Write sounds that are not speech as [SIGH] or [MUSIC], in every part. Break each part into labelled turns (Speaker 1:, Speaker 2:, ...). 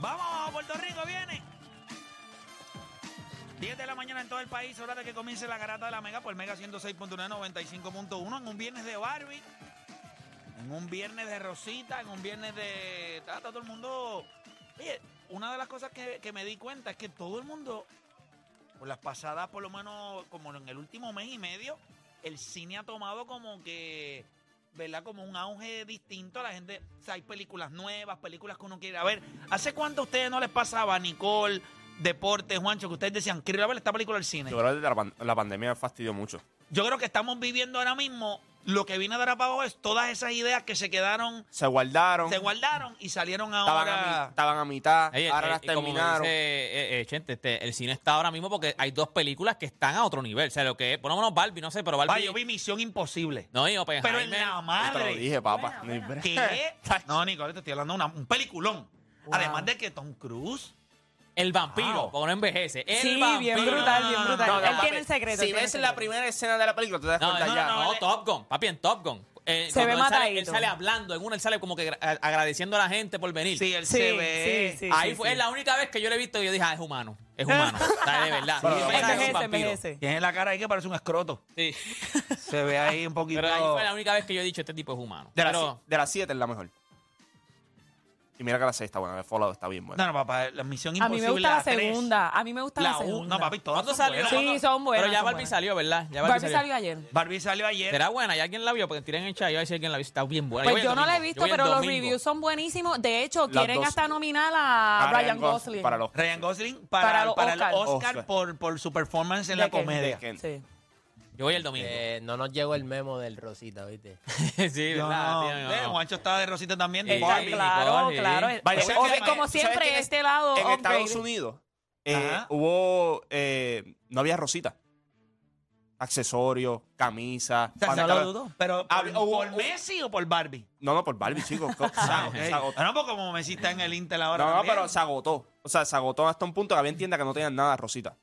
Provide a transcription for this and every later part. Speaker 1: Vamos, Puerto Rico viene. 10 de la mañana en todo el país, hora de que comience la garata de la Mega por Mega 106.1, 95.1 en un viernes de Barbie, en un viernes de Rosita, en un viernes de... Está, está todo el mundo... Oye, una de las cosas que, que me di cuenta es que todo el mundo, por las pasadas, por lo menos como en el último mes y medio, el cine ha tomado como que... ¿Verdad? Como un auge distinto. La gente, o sea, hay películas nuevas, películas que uno quiere. A ver, ¿hace cuánto a ustedes no les pasaba, Nicole, Deporte, Juancho, que ustedes decían, quiero ir a ver esta película al cine?
Speaker 2: Yo creo que la, pan- la pandemia me fastidió mucho.
Speaker 1: Yo creo que estamos viviendo ahora mismo lo que viene de ahora para abajo es todas esas ideas que se quedaron,
Speaker 2: Se guardaron,
Speaker 1: se guardaron y salieron
Speaker 2: estaban, a, mi-
Speaker 1: ahora.
Speaker 2: estaban a mitad,
Speaker 3: Ey,
Speaker 2: ahora
Speaker 3: eh,
Speaker 2: las
Speaker 3: y como
Speaker 2: terminaron.
Speaker 3: dice, eh, eh, Chente, este, el cine está ahora mismo porque hay dos películas que están a otro nivel. O sea, lo que es, por lo menos Barbie, no sé, pero Barbie.
Speaker 1: Vaya, yo vi Misión
Speaker 2: [LAUGHS]
Speaker 1: Imposible.
Speaker 3: No, y Oppenheimer.
Speaker 1: Pero en la
Speaker 2: Yo te
Speaker 1: madre.
Speaker 2: lo dije, papá.
Speaker 1: ¿Qué? No, Nicole, te estoy hablando de una- un peliculón. Además de que Tom Cruise.
Speaker 3: El vampiro,
Speaker 1: Wow.
Speaker 3: porque no envejece. [LAUGHS] El
Speaker 4: sí, bien
Speaker 3: vampiro.
Speaker 4: brutal,
Speaker 1: No,
Speaker 4: bien
Speaker 1: no,
Speaker 4: brutal.
Speaker 1: no, no,
Speaker 4: Él
Speaker 1: papi,
Speaker 4: tiene el secreto.
Speaker 2: Si
Speaker 4: tiene el
Speaker 2: ves la
Speaker 4: secreto.
Speaker 2: primera escena de la película, tú te das
Speaker 3: No,
Speaker 2: cuenta
Speaker 3: no,
Speaker 2: ya.
Speaker 3: no,
Speaker 1: no,
Speaker 3: no,
Speaker 1: él-
Speaker 3: Top Gun. Papi, en Top Gun. Eh,
Speaker 4: Se
Speaker 3: cuando
Speaker 4: ve
Speaker 3: él sale-
Speaker 4: matadito.
Speaker 3: Él sale hablando, en una él sale como que gra- agradeciendo a la gente por venir.
Speaker 1: Sí, él
Speaker 4: Sí,
Speaker 1: se ve.
Speaker 4: sí, sí.
Speaker 3: Ahí fue es la única vez que yo le he visto y yo dije, ah, es humano. Es
Speaker 4: [LAUGHS]
Speaker 3: humano. Está de verdad.
Speaker 2: Pero lo
Speaker 3: Sí, es un
Speaker 4: Envejece,
Speaker 3: vampiro.
Speaker 4: envejece.
Speaker 1: Tiene la cara ahí que parece un escroto.
Speaker 3: Sí.
Speaker 1: Se ve ahí un poquito.
Speaker 3: Pero ahí fue la única vez que yo he dicho, este tipo es humano.
Speaker 2: De,
Speaker 3: Pero-
Speaker 2: las, de las siete es la mejor. Y mira que la seis está buena, el Fallout está bien buena.
Speaker 1: No, no, papá, la Misión
Speaker 4: A mí
Speaker 1: Imposible.
Speaker 4: me gusta la
Speaker 1: tres,
Speaker 4: segunda. A mí me gusta la,
Speaker 1: la u-
Speaker 4: segunda.
Speaker 1: No, papi, todas
Speaker 3: ¿Cuándo
Speaker 1: son
Speaker 3: salió?
Speaker 1: buenas.
Speaker 4: Sí, son buenas,
Speaker 3: Pero ya
Speaker 4: son
Speaker 3: Barbie
Speaker 4: buenas.
Speaker 3: salió, ¿verdad? Ya
Speaker 4: Barbie salió ayer.
Speaker 1: Barbie salió ayer.
Speaker 3: ¿Será buena? ¿Ya alguien la vio? Porque tiren en chat. Yo voy a decir quién la vio. Está bien buena.
Speaker 4: Pues
Speaker 3: voy
Speaker 4: yo
Speaker 3: el
Speaker 4: no la he
Speaker 3: domingo.
Speaker 4: visto,
Speaker 3: Yo voy el
Speaker 4: pero los
Speaker 3: domingo.
Speaker 4: reviews son buenísimos. De hecho, quieren
Speaker 2: dos.
Speaker 4: hasta nominar a,
Speaker 2: A
Speaker 4: Brian
Speaker 2: Ryan Gos-
Speaker 4: Gosling.
Speaker 2: Para los
Speaker 1: Ryan Gosling para, para,
Speaker 4: Para los
Speaker 1: el
Speaker 4: Oscar.
Speaker 1: Oscar
Speaker 2: Oscar.
Speaker 1: por, por su performance en
Speaker 4: ¿De
Speaker 1: la
Speaker 4: qué?
Speaker 1: comedia.
Speaker 2: Ken.
Speaker 4: Sí.
Speaker 3: Yo voy el domingo.
Speaker 5: Eh, no nos llegó el memo del Rosita, ¿viste?
Speaker 3: [LAUGHS] sí,
Speaker 1: No,
Speaker 3: verdad. tío,
Speaker 1: eh,
Speaker 3: no, no.
Speaker 1: Juancho estaba de Rosita también.
Speaker 3: Eh,
Speaker 1: de
Speaker 4: Está
Speaker 3: sí,
Speaker 4: claro,
Speaker 3: Nicole,
Speaker 4: claro.
Speaker 3: sí.
Speaker 2: Vaya,
Speaker 4: O-
Speaker 2: ¿sabes
Speaker 4: o-
Speaker 2: quién-
Speaker 4: como
Speaker 2: ¿sabes
Speaker 4: siempre,
Speaker 2: quién es?
Speaker 4: este lado.
Speaker 2: En Estados
Speaker 4: upgraded.
Speaker 2: Unidos eh,
Speaker 1: Ajá.
Speaker 2: hubo. eh, no había rosita. Accesorios, camisas.
Speaker 1: O sea, no lo
Speaker 2: pantalones.
Speaker 1: dudo. Pero
Speaker 2: Ah,
Speaker 1: ¿por,
Speaker 2: hubo-
Speaker 1: por
Speaker 2: hubo-
Speaker 1: Messi o por Barbie?
Speaker 2: No, no, por Barbie,
Speaker 1: [LAUGHS]
Speaker 2: chicos. Co- se
Speaker 1: Ah,
Speaker 2: agotó,
Speaker 1: ok.
Speaker 2: se agotó.
Speaker 1: Ah, no, porque como Messi está en el Intel ahora.
Speaker 2: No, no,
Speaker 1: también.
Speaker 2: pero se agotó. O sea, se agotó hasta un punto que había tiendas que no tenían nada, Rosita.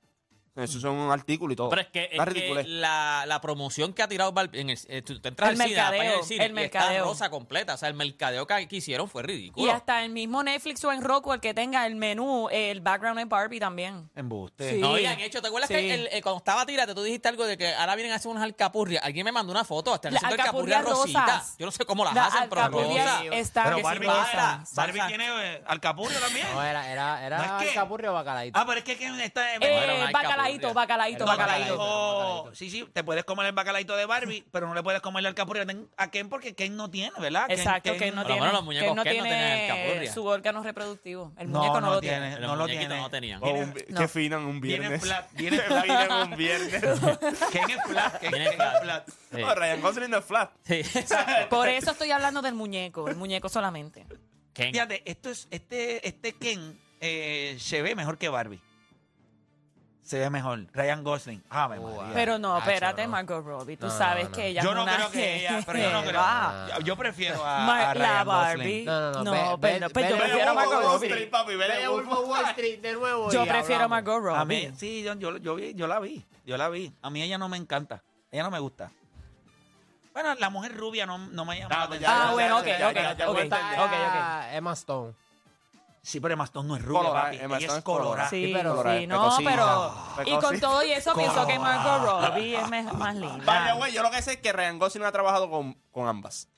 Speaker 2: Eso es un artículo y todo.
Speaker 3: Pero es que, es
Speaker 2: Una
Speaker 3: que
Speaker 2: ridiculez.
Speaker 3: la, la promoción que ha tirado Barbie en el, eh, tú, tú entras
Speaker 4: El
Speaker 3: al cine, a la
Speaker 4: mercadeo,
Speaker 3: página del cine,
Speaker 4: el
Speaker 3: y
Speaker 4: mercadeo.
Speaker 3: está rosa completa. O sea, el mercadeo que, que hicieron fue ridículo.
Speaker 4: Y hasta el mismo Netflix o en Roku, el que tenga el menú, el background es Barbie también.
Speaker 1: Embuste.
Speaker 4: Sí.
Speaker 3: No, y han hecho, ¿te acuerdas
Speaker 4: Sí.
Speaker 3: que el- eh, cuando estaba tirate tú dijiste algo de que ahora vienen a hacer unas alcapurrias? Alguien me mandó una foto, hasta
Speaker 4: La
Speaker 3: haciendo alcapurria
Speaker 4: alcapurria
Speaker 3: rosita.
Speaker 4: rosas.
Speaker 3: Yo no sé cómo las
Speaker 4: Las
Speaker 3: hacen, pero
Speaker 4: alcapurrias
Speaker 3: rosa.
Speaker 4: están
Speaker 1: Pero
Speaker 3: que
Speaker 1: Barbie,
Speaker 3: sí,
Speaker 1: ah,
Speaker 3: rosa.
Speaker 1: Barbie
Speaker 3: Salsa.
Speaker 1: tiene eh, alcapurrio también.
Speaker 5: No, era, era, era
Speaker 1: ¿No es qué?
Speaker 5: Alcapurri o bacalaito.
Speaker 1: Ah, pero es que que está...
Speaker 3: Bueno, no
Speaker 4: Eh,
Speaker 3: hay
Speaker 4: bacalaito,
Speaker 3: capurria.
Speaker 4: bacalaito,
Speaker 5: El
Speaker 1: Bacalaito.
Speaker 4: bacalaito.
Speaker 1: Sí, sí, te puedes comer el bacalaito de Barbie, pero no le puedes comer el alcapurria a Ken porque Ken no tiene, ¿verdad? Ken-
Speaker 4: Exacto,
Speaker 1: Ken-
Speaker 4: que no
Speaker 3: Por lo menos
Speaker 4: tiene,
Speaker 3: los muñecos
Speaker 4: que no
Speaker 3: que no
Speaker 4: tiene
Speaker 3: tienen alcapurria.
Speaker 4: su órgano reproductivo. El
Speaker 1: No,
Speaker 4: muñeco no,
Speaker 1: no
Speaker 4: lo
Speaker 1: tiene.
Speaker 4: tiene.
Speaker 3: Los
Speaker 1: No lo
Speaker 3: muñequitos
Speaker 1: tiene.
Speaker 3: no tenían.
Speaker 2: Oh, un vi-
Speaker 4: no.
Speaker 2: Qué fina en un
Speaker 1: Viene
Speaker 2: viernes. [LAUGHS]
Speaker 1: flat,
Speaker 2: Qué
Speaker 1: viene flat.
Speaker 2: fina en un viernes.
Speaker 1: Ken es flat, Ken,
Speaker 3: Viene
Speaker 1: Ken es
Speaker 3: flat.
Speaker 1: flat.
Speaker 3: Sí.
Speaker 2: No, Ryan Gosling no es flat.
Speaker 3: Sí, exacto.
Speaker 4: Por eso estoy hablando del muñeco, el muñeco solamente.
Speaker 3: Ken.
Speaker 1: Fíjate, esto es, este, este Ken eh, se ve mejor que Barbie. Se ve mejor. Ryan Gosling. Ave
Speaker 5: Wow.
Speaker 1: María.
Speaker 4: Pero no,
Speaker 5: Ah,
Speaker 4: espérate,
Speaker 5: chorro.
Speaker 4: Margot Robbie, tú
Speaker 5: No,
Speaker 4: sabes
Speaker 5: no, no.
Speaker 4: que ella
Speaker 1: yo
Speaker 4: es
Speaker 1: no
Speaker 4: una
Speaker 1: creo que ella, pero yo no creo.
Speaker 4: jeva.
Speaker 1: Yo- Yo prefiero
Speaker 3: Ah,
Speaker 1: a,
Speaker 4: Mar-
Speaker 1: a
Speaker 4: la
Speaker 1: Ryan
Speaker 4: Barbie.
Speaker 1: Gosling.
Speaker 5: No, no, no,
Speaker 4: No,
Speaker 5: ve-
Speaker 4: pero-
Speaker 5: ve-
Speaker 4: pero yo
Speaker 5: ve-
Speaker 4: prefiero a
Speaker 5: ve-
Speaker 4: Margot
Speaker 5: ve-
Speaker 4: Robbie.
Speaker 5: ve-
Speaker 2: papi, ve-
Speaker 5: ve- Wolf of Wall Street de nuevo
Speaker 4: Yo
Speaker 5: y
Speaker 4: prefiero a
Speaker 5: hablamos.
Speaker 4: Margot
Speaker 1: A
Speaker 4: Robbie.
Speaker 1: mí, sí, yo, yo, yo vi- yo la vi. Yo la vi. A mí ella no me encanta. Ella no me gusta. Bueno, la mujer rubia no, no me llama. la
Speaker 2: Ah, pues ya,
Speaker 1: atención.
Speaker 4: Ah, bueno, ok,
Speaker 2: ya, ya,
Speaker 4: ok,
Speaker 2: ya, ya,
Speaker 4: ok,
Speaker 2: ya, ya, ya.
Speaker 4: ok, ok.
Speaker 5: Ah, Emma Stone.
Speaker 1: Sí, pero Emma Stone no es rubia,
Speaker 2: Colorada,
Speaker 1: papi.
Speaker 2: Emma
Speaker 1: Ella es
Speaker 2: Stone es colorada.
Speaker 1: colorada.
Speaker 4: Sí,
Speaker 5: pero-
Speaker 4: sí,
Speaker 2: Colorada,
Speaker 4: no,
Speaker 2: pecosita,
Speaker 4: pero... Y con
Speaker 2: pecosita.
Speaker 4: todo y eso pienso que Margot Robbie es me- más
Speaker 2: Vaya,
Speaker 4: linda.
Speaker 2: güey, yo lo que sé es que Ryan Gosling ha trabajado con, con ambas.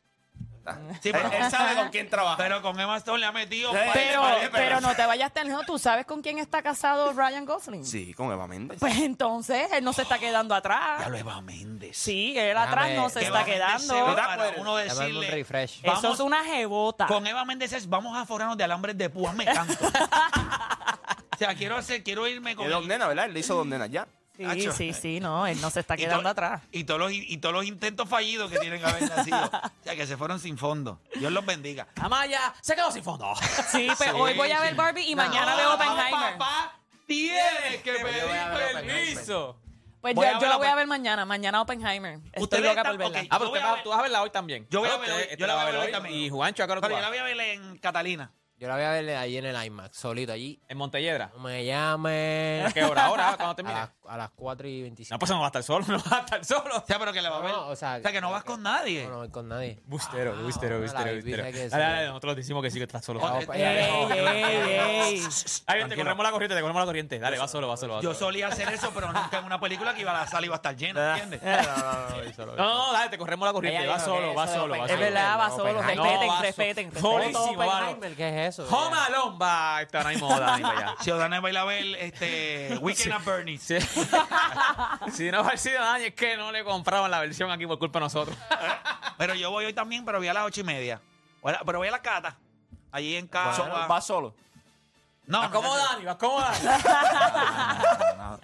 Speaker 2: Ah.
Speaker 1: Sí,
Speaker 2: Él,
Speaker 1: pero,
Speaker 2: él sabe con quién trabaja.
Speaker 1: pero con Emma Stone le ha metido.
Speaker 2: Sí.
Speaker 1: par de
Speaker 4: Pero,
Speaker 2: Vale, vale, pero-
Speaker 4: pero no te vayas tan lejos, ¿tú sabes con quién está casado Ryan Gosling?
Speaker 2: sí, con Eva Méndez.
Speaker 4: Pues entonces, él no se está quedando
Speaker 1: Ya
Speaker 4: atrás.
Speaker 1: lo Eva Méndez.
Speaker 4: Sí, él
Speaker 5: Déjame-
Speaker 4: atrás no se
Speaker 1: Que
Speaker 4: está
Speaker 1: Eva Méndez se ve
Speaker 4: quedando.
Speaker 2: ¿Verdad,
Speaker 1: para
Speaker 2: Cuero?
Speaker 1: uno
Speaker 5: Dame un
Speaker 1: decirle,
Speaker 5: refresh.
Speaker 1: Eh,
Speaker 4: Eso
Speaker 1: Vamos-
Speaker 4: es una jebota.
Speaker 1: con Eva Méndez es vamos a forrarnos de alambres de
Speaker 4: [LAUGHS]
Speaker 1: púas, me canto. o sea, quiero hacer, quiero irme con
Speaker 2: Es Don
Speaker 1: el-
Speaker 2: Nena, ¿verdad? Él le hizo Don Nena ya.
Speaker 4: Sí,
Speaker 1: Acho.
Speaker 4: sí, sí, no, él no se está
Speaker 1: Y to-
Speaker 4: quedando atrás.
Speaker 1: Y todos, los, y todos los intentos fallidos que tienen que haber nacido. O sea, que se fueron sin fondo. Dios los bendiga.
Speaker 3: Amaya se quedó sin fondo.
Speaker 4: Sí, pues
Speaker 1: Sí,
Speaker 4: hoy voy a ver
Speaker 1: sí.
Speaker 4: Barbie y mañana
Speaker 1: No,
Speaker 4: veo Oppenheimer.
Speaker 1: Papá, tienes que
Speaker 3: Pero yo voy a ver Oppenheimer.
Speaker 4: Pues
Speaker 1: Voy
Speaker 4: yo,
Speaker 1: a
Speaker 4: yo
Speaker 1: ver
Speaker 4: la voy a
Speaker 1: Oppen-
Speaker 4: ver mañana, mañana Oppenheimer. Estoy
Speaker 1: Ustedes
Speaker 4: loca
Speaker 1: están-
Speaker 4: por verla.
Speaker 1: ok.
Speaker 3: Ah,
Speaker 1: Yo
Speaker 3: pero
Speaker 1: voy
Speaker 3: usted
Speaker 1: a
Speaker 3: va-
Speaker 1: ver-
Speaker 3: tú vas a verla hoy también.
Speaker 1: Yo voy a
Speaker 3: Ah,
Speaker 1: ver
Speaker 3: usted-
Speaker 1: hoy, yo
Speaker 3: este
Speaker 1: la voy
Speaker 3: va
Speaker 1: a ver hoy también.
Speaker 3: Y Juancho, ¿a qué hora tú
Speaker 1: Pero yo
Speaker 3: vas?
Speaker 1: la voy a ver en Catalina.
Speaker 5: Yo la voy a ver ahí en el IMAX, solito allí.
Speaker 3: En Montelledra.
Speaker 5: No me llames.
Speaker 3: ¿A qué hora? ¿Ahora?
Speaker 5: [LAUGHS]
Speaker 3: ¿Cuándo
Speaker 5: A
Speaker 3: termina?
Speaker 5: las, a las 4 y 25.
Speaker 3: No, pues no va a estar solo, [LAUGHS] no va a estar solo.
Speaker 1: O sea, pero que la va a ver.
Speaker 5: No,
Speaker 1: o, sea, que no vas con nadie.
Speaker 5: No, no voy con nadie.
Speaker 3: Bustero,
Speaker 5: Ah,
Speaker 3: bustero,
Speaker 5: la
Speaker 3: bustero,
Speaker 5: baby,
Speaker 3: bustero.
Speaker 5: hay que
Speaker 3: Dale,
Speaker 5: decirlo.
Speaker 3: dale, nosotros decimos que sí que estás solo.
Speaker 1: O-
Speaker 5: No, pues,
Speaker 1: eh,
Speaker 5: ya,
Speaker 1: eh,
Speaker 5: no.
Speaker 1: eh, eh.
Speaker 3: Ahí ven, te
Speaker 1: Tranquilo.
Speaker 3: corremos la corriente, te corremos la corriente. Dale, va solo, va solo, va
Speaker 1: Yo
Speaker 3: solo.
Speaker 1: solía hacer eso, pero nunca en una película que iba a la sala iba a estar llena, ¿entiendes?
Speaker 3: No, no, dale, te corremos la corriente.
Speaker 5: Ella
Speaker 3: Va
Speaker 5: dijo que
Speaker 3: solo, va
Speaker 5: eso de
Speaker 3: solo, va
Speaker 5: Open-
Speaker 4: Es
Speaker 3: solo.
Speaker 4: verdad, va
Speaker 5: No,
Speaker 4: solo.
Speaker 5: Oppenheimer.
Speaker 4: Respeten,
Speaker 3: No, va
Speaker 4: respeten,
Speaker 3: solo.
Speaker 4: respeten.
Speaker 3: Buenísimo,
Speaker 5: Oppenheimer, ¿qué es eso?
Speaker 3: Home Alone, va. Está ahora mismo Dani para
Speaker 1: [LAUGHS]
Speaker 3: allá.
Speaker 1: Si O'Donnell baila a ver este, Weekend at Bernie's.
Speaker 3: Sí. [LAUGHS] si no hubiera sido Dani, es que no le compraban la versión aquí por culpa de nosotros.
Speaker 1: Pero yo voy hoy también, pero voy a las ocho y media. O a la- Pero voy a la cata. Allí en casa.
Speaker 2: So- va solo.
Speaker 1: no,
Speaker 3: Vas
Speaker 1: no,
Speaker 3: como
Speaker 1: no,
Speaker 3: Dani, vas como Dani.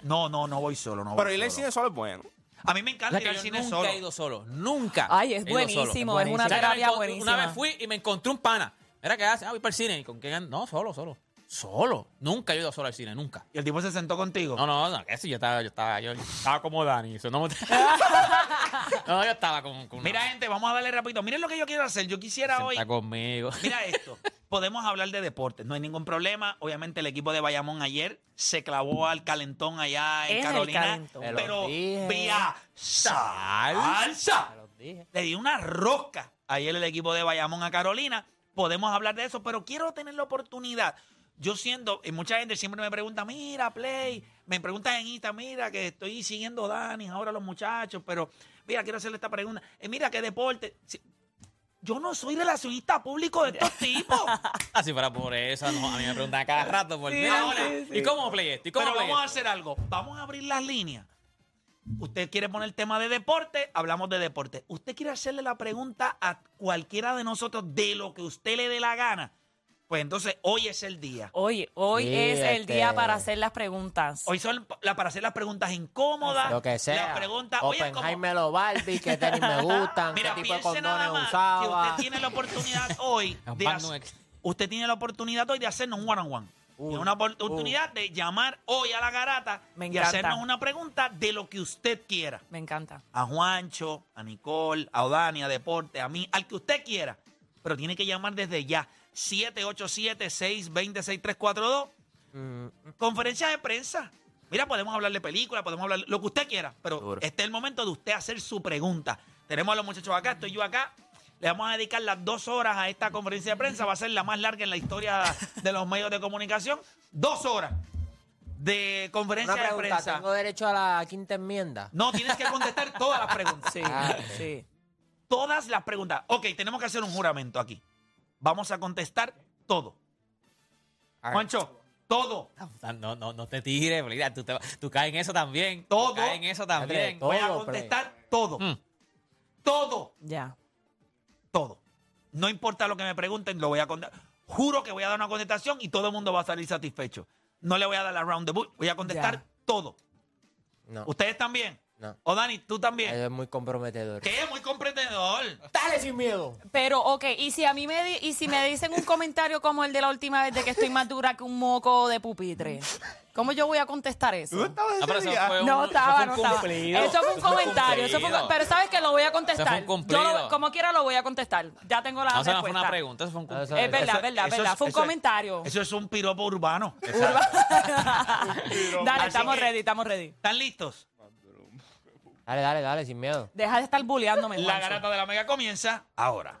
Speaker 1: No, no, no voy solo. No
Speaker 2: Pero
Speaker 1: voy
Speaker 2: ir al
Speaker 1: solo.
Speaker 2: cine solo es bueno.
Speaker 1: A mí me
Speaker 3: La
Speaker 1: encanta ir
Speaker 3: que
Speaker 1: al
Speaker 3: yo
Speaker 1: cine
Speaker 3: nunca
Speaker 1: solo.
Speaker 3: he ido solo. Nunca.
Speaker 4: Ay, es
Speaker 3: he ido solo.
Speaker 4: buenísimo, es
Speaker 5: buenísimo.
Speaker 4: una
Speaker 5: O sea,
Speaker 3: que me
Speaker 4: terapia
Speaker 3: encont-
Speaker 4: buenísima.
Speaker 3: Una vez fui y me encontré un pana. Era que hace, ah, voy para el cine. ¿Y con quién? an- No, solo, solo. Solo. Nunca he ido solo al cine, nunca.
Speaker 1: Y el tipo se sentó contigo.
Speaker 3: No, no, no, que sí, yo estaba, yo estaba, yo estaba como Dani. Eso,
Speaker 1: [LAUGHS]
Speaker 3: no, me- No, yo estaba con, con una-
Speaker 1: Mira, gente, vamos a darle rapidito. Miren lo que yo quiero hacer. Yo quisiera hoy.
Speaker 3: Senta conmigo. [LAUGHS]
Speaker 1: Mira esto. Podemos hablar de deportes. No hay ningún problema. Obviamente, el equipo de Bayamón ayer se clavó al calentón allá en
Speaker 4: Es el
Speaker 1: Carolina.
Speaker 4: calentón.
Speaker 5: Te lo
Speaker 1: Pero
Speaker 5: dije.
Speaker 1: vía
Speaker 5: Te
Speaker 1: salsa.
Speaker 5: los dije.
Speaker 1: Le dio una rosca ayer el equipo de Bayamón a Carolina. Podemos hablar de eso, pero quiero tener la oportunidad. Yo siendo, y mucha gente siempre me pregunta, mira, Play, me preguntan en Insta, mira, que estoy siguiendo Dani, ahora los muchachos, pero mira, quiero hacerle esta pregunta. Eh, mira, qué deporte. Si- yo no soy relacionista público de
Speaker 5: [LAUGHS]
Speaker 1: estos tipos.
Speaker 3: Ah, si fuera por eso, no, a mí me preguntan cada rato por
Speaker 4: Sí,
Speaker 3: mira,
Speaker 1: sí,
Speaker 3: ahora,
Speaker 4: sí.
Speaker 3: ¿Y cómo play esto? ¿Y cómo
Speaker 1: Pero
Speaker 3: play
Speaker 1: vamos a
Speaker 3: esto?
Speaker 1: hacer algo. Vamos a abrir las líneas. Usted quiere poner el tema de deporte, hablamos de deporte. Usted quiere hacerle la pregunta a cualquiera de nosotros de lo que usted le dé la gana. Pues entonces hoy es el día.
Speaker 4: Hoy, hoy
Speaker 5: Sí,
Speaker 4: es el
Speaker 5: este-
Speaker 4: día para hacer las preguntas.
Speaker 1: Hoy son pa- la- para hacer las preguntas incómodas.
Speaker 5: Lo que sea.
Speaker 1: Las preguntas. Oye, como-
Speaker 5: Oppenheimer o Barbie, qué tenis me
Speaker 1: [LAUGHS]
Speaker 5: gustan,
Speaker 1: mira,
Speaker 5: qué tipo de
Speaker 1: piense nada
Speaker 5: condones
Speaker 1: más que
Speaker 5: usaba.
Speaker 1: usted tiene la oportunidad
Speaker 5: [LAUGHS]
Speaker 1: hoy
Speaker 3: Los
Speaker 1: de
Speaker 3: Magnum
Speaker 1: hacer-
Speaker 3: X.
Speaker 1: usted tiene la oportunidad hoy de hacernos un one on one.
Speaker 5: Uy,
Speaker 1: Tiene una oportunidad
Speaker 3: Uh.
Speaker 1: de llamar hoy a la garata
Speaker 4: Me
Speaker 1: y
Speaker 4: encanta.
Speaker 1: hacernos una pregunta de lo que usted quiera.
Speaker 4: Me encanta.
Speaker 1: a Juancho, a Nicole, a Odani, a Deporte, a mí, al que usted quiera. Pero tiene que llamar desde ya. 787-620-6342.
Speaker 5: Mm,
Speaker 1: Conferencia de prensa. Mira, podemos hablar de película, podemos hablar lo que usted quiera, pero
Speaker 5: Seguro.
Speaker 1: este es el momento de usted hacer su pregunta. Tenemos a los muchachos acá, estoy yo acá. Le vamos a dedicar las dos horas a esta conferencia de prensa. Va a ser la más larga en la historia de los medios de comunicación. Dos horas de conferencia
Speaker 5: Una
Speaker 1: de
Speaker 5: pregunta,
Speaker 1: prensa.
Speaker 5: ¿tengo derecho a la quinta enmienda?
Speaker 1: No, tienes que contestar todas las preguntas.
Speaker 4: Sí,
Speaker 5: Ah,
Speaker 4: sí.
Speaker 1: todas las preguntas. Ok, tenemos que hacer un juramento aquí. Vamos a contestar todo. Juancho, todo.
Speaker 3: No, no, no te tires, Play, tú, te, tú caes en eso también.
Speaker 1: Todo.
Speaker 3: Tú caes en eso también.
Speaker 5: Todo,
Speaker 1: Voy a
Speaker 5: Play.
Speaker 1: contestar todo.
Speaker 3: Mm.
Speaker 1: Todo,
Speaker 4: Ya.
Speaker 1: todo. No importa lo que me pregunten, lo voy a contestar. Juro que voy a dar una contestación y todo el mundo va a salir satisfecho. No le voy a dar la round the boot, voy a contestar
Speaker 4: Ya.
Speaker 1: todo.
Speaker 5: No,
Speaker 1: ¿Ustedes también?
Speaker 5: no.
Speaker 1: O Dani, tú también.
Speaker 5: Eso es muy comprometedor.
Speaker 1: ¿Qué? Muy comprendedor.
Speaker 4: Ah,
Speaker 5: ¡Dale sin miedo!
Speaker 4: Pero, ok, y si a mí me, di- y si me dicen un comentario como el de la última vez de que estoy más dura que un moco de pupitre, ¿cómo yo voy a contestar eso?
Speaker 3: Ah, pero eso fue un-
Speaker 4: No
Speaker 3: eso
Speaker 4: estaba,
Speaker 3: fue un
Speaker 4: no estaba.
Speaker 3: cumplido.
Speaker 4: Eso fue un
Speaker 3: Eso fue un
Speaker 4: comentario. Eso fue,
Speaker 3: cumplido.
Speaker 4: pero sabes que lo voy a
Speaker 3: Eso fue
Speaker 4: contestar.
Speaker 3: un
Speaker 4: Yo
Speaker 3: cumplido.
Speaker 4: lo- como quiera lo voy a contestar. Ya tengo la
Speaker 3: No, eso no
Speaker 4: respuesta.
Speaker 3: fue una pregunta, eso fue un
Speaker 5: Ah, eso-
Speaker 3: cumplido.
Speaker 4: Es verdad,
Speaker 1: Eso-
Speaker 4: verdad,
Speaker 1: eso
Speaker 4: verdad.
Speaker 1: es-
Speaker 4: Fue un
Speaker 1: eso es-
Speaker 4: comentario.
Speaker 1: Eso es un piropo urbano.
Speaker 4: Urba- Dale, estamos
Speaker 1: que-
Speaker 4: ready, estamos ready.
Speaker 1: ¿Están listos?
Speaker 5: Dale, dale, dale, sin miedo.
Speaker 4: Deja de estar bulleándome.
Speaker 1: La garata de la mega comienza ahora.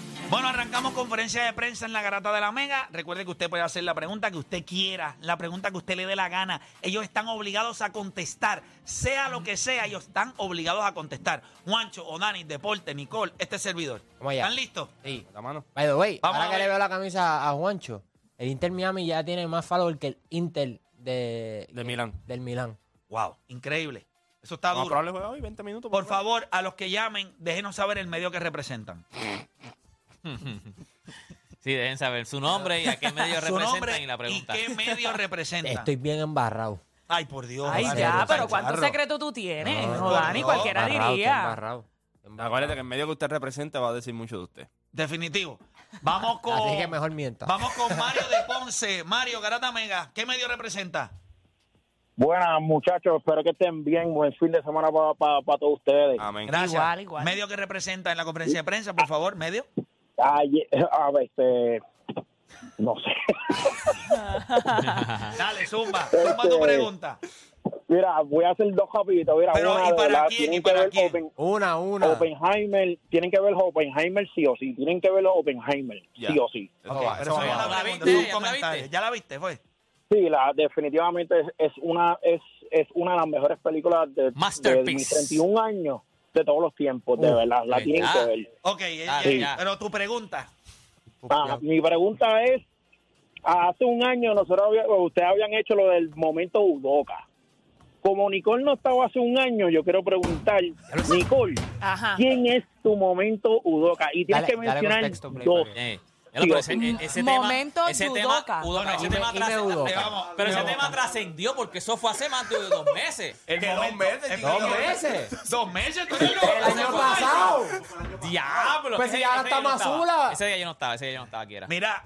Speaker 1: Bueno, arrancamos conferencia de prensa en la Garata de la Mega. Recuerde que usted puede hacer la pregunta que usted quiera, la pregunta que usted le dé la gana. Ellos están obligados a contestar, sea lo que sea, ellos están obligados a contestar. Juancho, Onani, Deporte, Nicole, este servidor.
Speaker 5: Vamos allá.
Speaker 1: ¿Están listos?
Speaker 5: Sí.
Speaker 2: La mano.
Speaker 5: By the way,
Speaker 1: Vamos
Speaker 5: ahora
Speaker 1: a
Speaker 5: que
Speaker 1: ver.
Speaker 5: le veo la camisa a Juancho, el Inter Miami ya tiene más followers que el Inter de,
Speaker 2: De Milán.
Speaker 5: del Milán.
Speaker 1: Wow, increíble. Eso está
Speaker 2: Vamos a
Speaker 1: duro.
Speaker 2: probarle juego hoy, 20 minutos.
Speaker 1: Por favor, a los que llamen, déjenos saber el medio que representan.
Speaker 3: [LAUGHS] Sí, dejen saber su nombre y a qué medio
Speaker 1: [LAUGHS] Su
Speaker 3: representan
Speaker 1: nombre
Speaker 3: y la pregunta.
Speaker 1: y qué medio representan.
Speaker 5: Estoy bien embarrado.
Speaker 1: Ay, por Dios.
Speaker 4: Ay,
Speaker 1: Dani,
Speaker 4: ya,
Speaker 1: Dios,
Speaker 4: pero
Speaker 1: Dios,
Speaker 4: ¿cuántos
Speaker 1: Charro.
Speaker 4: secretos tú tienes?
Speaker 1: No,
Speaker 4: No, Dani,
Speaker 1: no,
Speaker 4: cualquiera
Speaker 5: Embarrado, estoy
Speaker 4: diría.
Speaker 5: embarrado.
Speaker 2: Acuérdate que el medio que usted representa va a decir mucho de usted.
Speaker 1: Este Definitivo. Vamos con.
Speaker 5: [LAUGHS] Así que mejor mienta.
Speaker 1: Vamos con Mario de Ponce. Mario, Garata Mega, ¿qué medio representa?
Speaker 6: Buenas, muchachos. Espero que estén bien. Buen fin de semana para todos ustedes.
Speaker 2: Amén.
Speaker 1: Gracias.
Speaker 4: Igual, igual.
Speaker 1: Medio que representa en la conferencia de prensa, por favor,
Speaker 4: [LAUGHS]
Speaker 1: medio.
Speaker 6: Ayer- a ver, este, no sé.
Speaker 1: Dale, zumba. Zumba
Speaker 6: Este,
Speaker 1: tu pregunta.
Speaker 6: Mira, voy a hacer dos rapiditos. Mira,
Speaker 1: Pero,
Speaker 6: una
Speaker 1: ¿y
Speaker 6: de
Speaker 1: para
Speaker 6: verdad,
Speaker 1: quién?
Speaker 6: tienen
Speaker 1: ¿Y para
Speaker 6: que ver
Speaker 1: quién?
Speaker 6: Open-
Speaker 5: Una, una.
Speaker 6: Oppenheimer, tienen que ver Oppenheimer sí o sí. Tienen que ver Oppenheimer
Speaker 2: Ya.
Speaker 6: sí o sí.
Speaker 2: Eso
Speaker 1: Ok,
Speaker 2: va,
Speaker 1: pero
Speaker 2: eso
Speaker 1: eso
Speaker 2: va.
Speaker 1: ya la
Speaker 3: ¿La
Speaker 1: pregunta, es
Speaker 3: viste?
Speaker 1: un
Speaker 3: ¿Ya la
Speaker 1: comentario.
Speaker 3: viste?
Speaker 1: ¿Ya la viste? Fue.
Speaker 6: Sí, la, definitivamente es, es una es, es una de las mejores películas de, de
Speaker 3: Masterpiece.
Speaker 6: mis 31 años de todos los tiempos, de verdad. La
Speaker 3: ¿verdad?
Speaker 6: tienen que ver.
Speaker 1: Ok, eh,
Speaker 3: Dale,
Speaker 1: eh,
Speaker 3: ya.
Speaker 1: pero tu pregunta.
Speaker 6: Ah, mi pregunta es, hace un año nosotros había- ustedes habían hecho lo del momento Udoca. Como Nicole no estaba hace un año, yo quiero preguntar, Nicole,
Speaker 4: Ajá.
Speaker 6: ¿quién es tu momento Udoca? Y tienes
Speaker 5: Dale-
Speaker 6: que
Speaker 5: Este, dale
Speaker 6: mencionar
Speaker 5: contexto, Play,
Speaker 6: dos.
Speaker 5: para
Speaker 3: Eh, ya lo- pero ese,
Speaker 4: Mm,
Speaker 3: ese
Speaker 4: momento
Speaker 3: tema, ese tema,
Speaker 4: Yudoka.
Speaker 3: Udoka,
Speaker 1: Bueno,
Speaker 3: ese
Speaker 1: dime-
Speaker 3: tema
Speaker 5: dime
Speaker 3: trascendió.
Speaker 5: Udoka.
Speaker 3: Te vamos, pero ese
Speaker 1: Udoka.
Speaker 3: tema trascendió porque eso fue hace más de dos meses.
Speaker 1: [LAUGHS] El momento- el
Speaker 5: Dos
Speaker 1: momento- [LAUGHS]
Speaker 5: meses.
Speaker 1: Dos meses. tú eres
Speaker 5: El
Speaker 1: loco.
Speaker 5: año pasado.
Speaker 3: Diablo.
Speaker 5: Pues si
Speaker 3: ese-
Speaker 5: ya
Speaker 3: ese
Speaker 5: está
Speaker 3: día yo no estaba.
Speaker 5: Mazula.
Speaker 3: Ese día yo no estaba, ese día yo no estaba aquí era.
Speaker 1: Mira,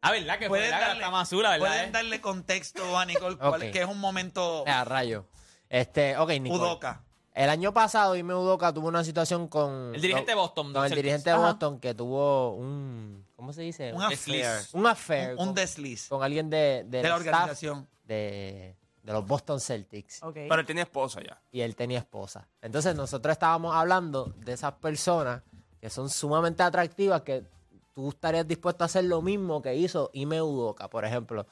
Speaker 3: Ah, ¿verdad? Que fue
Speaker 1: pueden
Speaker 3: ¿verdad? Que
Speaker 1: darle,
Speaker 3: está Mazula, ¿verdad?
Speaker 1: pueden
Speaker 3: eh?
Speaker 1: darle contexto a Nicole, cuál-
Speaker 5: Ok.
Speaker 1: que es un momento
Speaker 5: Ah, rayo. Este, ok, Nicole.
Speaker 1: Udoca.
Speaker 5: El año pasado, Ime Udoka tuvo una situación con.
Speaker 3: El dirigente de Boston,
Speaker 5: Con el
Speaker 3: Celtics.
Speaker 5: dirigente de
Speaker 4: Ajá.
Speaker 5: Boston que tuvo un. ¿Cómo se dice?
Speaker 1: Un
Speaker 3: Desliz.
Speaker 1: affair.
Speaker 5: Un affair.
Speaker 1: Un, un
Speaker 5: con-
Speaker 1: desliz
Speaker 5: Con alguien de, del
Speaker 1: de la
Speaker 5: staff
Speaker 1: organización.
Speaker 5: de, de los Boston Celtics.
Speaker 4: Ok.
Speaker 2: Pero él tiene esposa ya.
Speaker 5: Y él tenía esposa. Entonces, nosotros estábamos hablando de esas personas que son sumamente atractivas que tú estarías dispuesto a hacer lo mismo que hizo Ime Udoka, por ejemplo.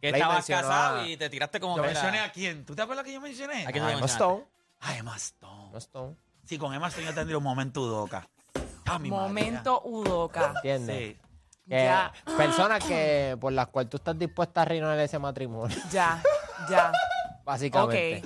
Speaker 3: Que
Speaker 5: Play
Speaker 3: estabas
Speaker 5: mencionó
Speaker 3: casado
Speaker 5: a-
Speaker 3: Ah, y te tiraste como
Speaker 1: Yo
Speaker 3: que
Speaker 1: mencioné
Speaker 3: era-
Speaker 1: a quién. ¿Tú te acuerdas que yo mencioné?
Speaker 3: ¿A quién?
Speaker 5: a
Speaker 3: tú
Speaker 5: Emma
Speaker 3: mencionaste?
Speaker 5: Stone.
Speaker 1: Ah, Emma Stone.
Speaker 5: Emma Stone.
Speaker 1: Sí, con Emma Stone yo tendría un momento Udoca. Ah, mi madre.
Speaker 4: Momento Udoca.
Speaker 5: ¿Entiendes?
Speaker 1: Sí.
Speaker 5: Que
Speaker 4: Ya.
Speaker 5: Personas que por las cuales tú estás dispuesta a reinar ese matrimonio, [LAUGHS]
Speaker 4: Ya, ya. Ok.
Speaker 5: básicamente.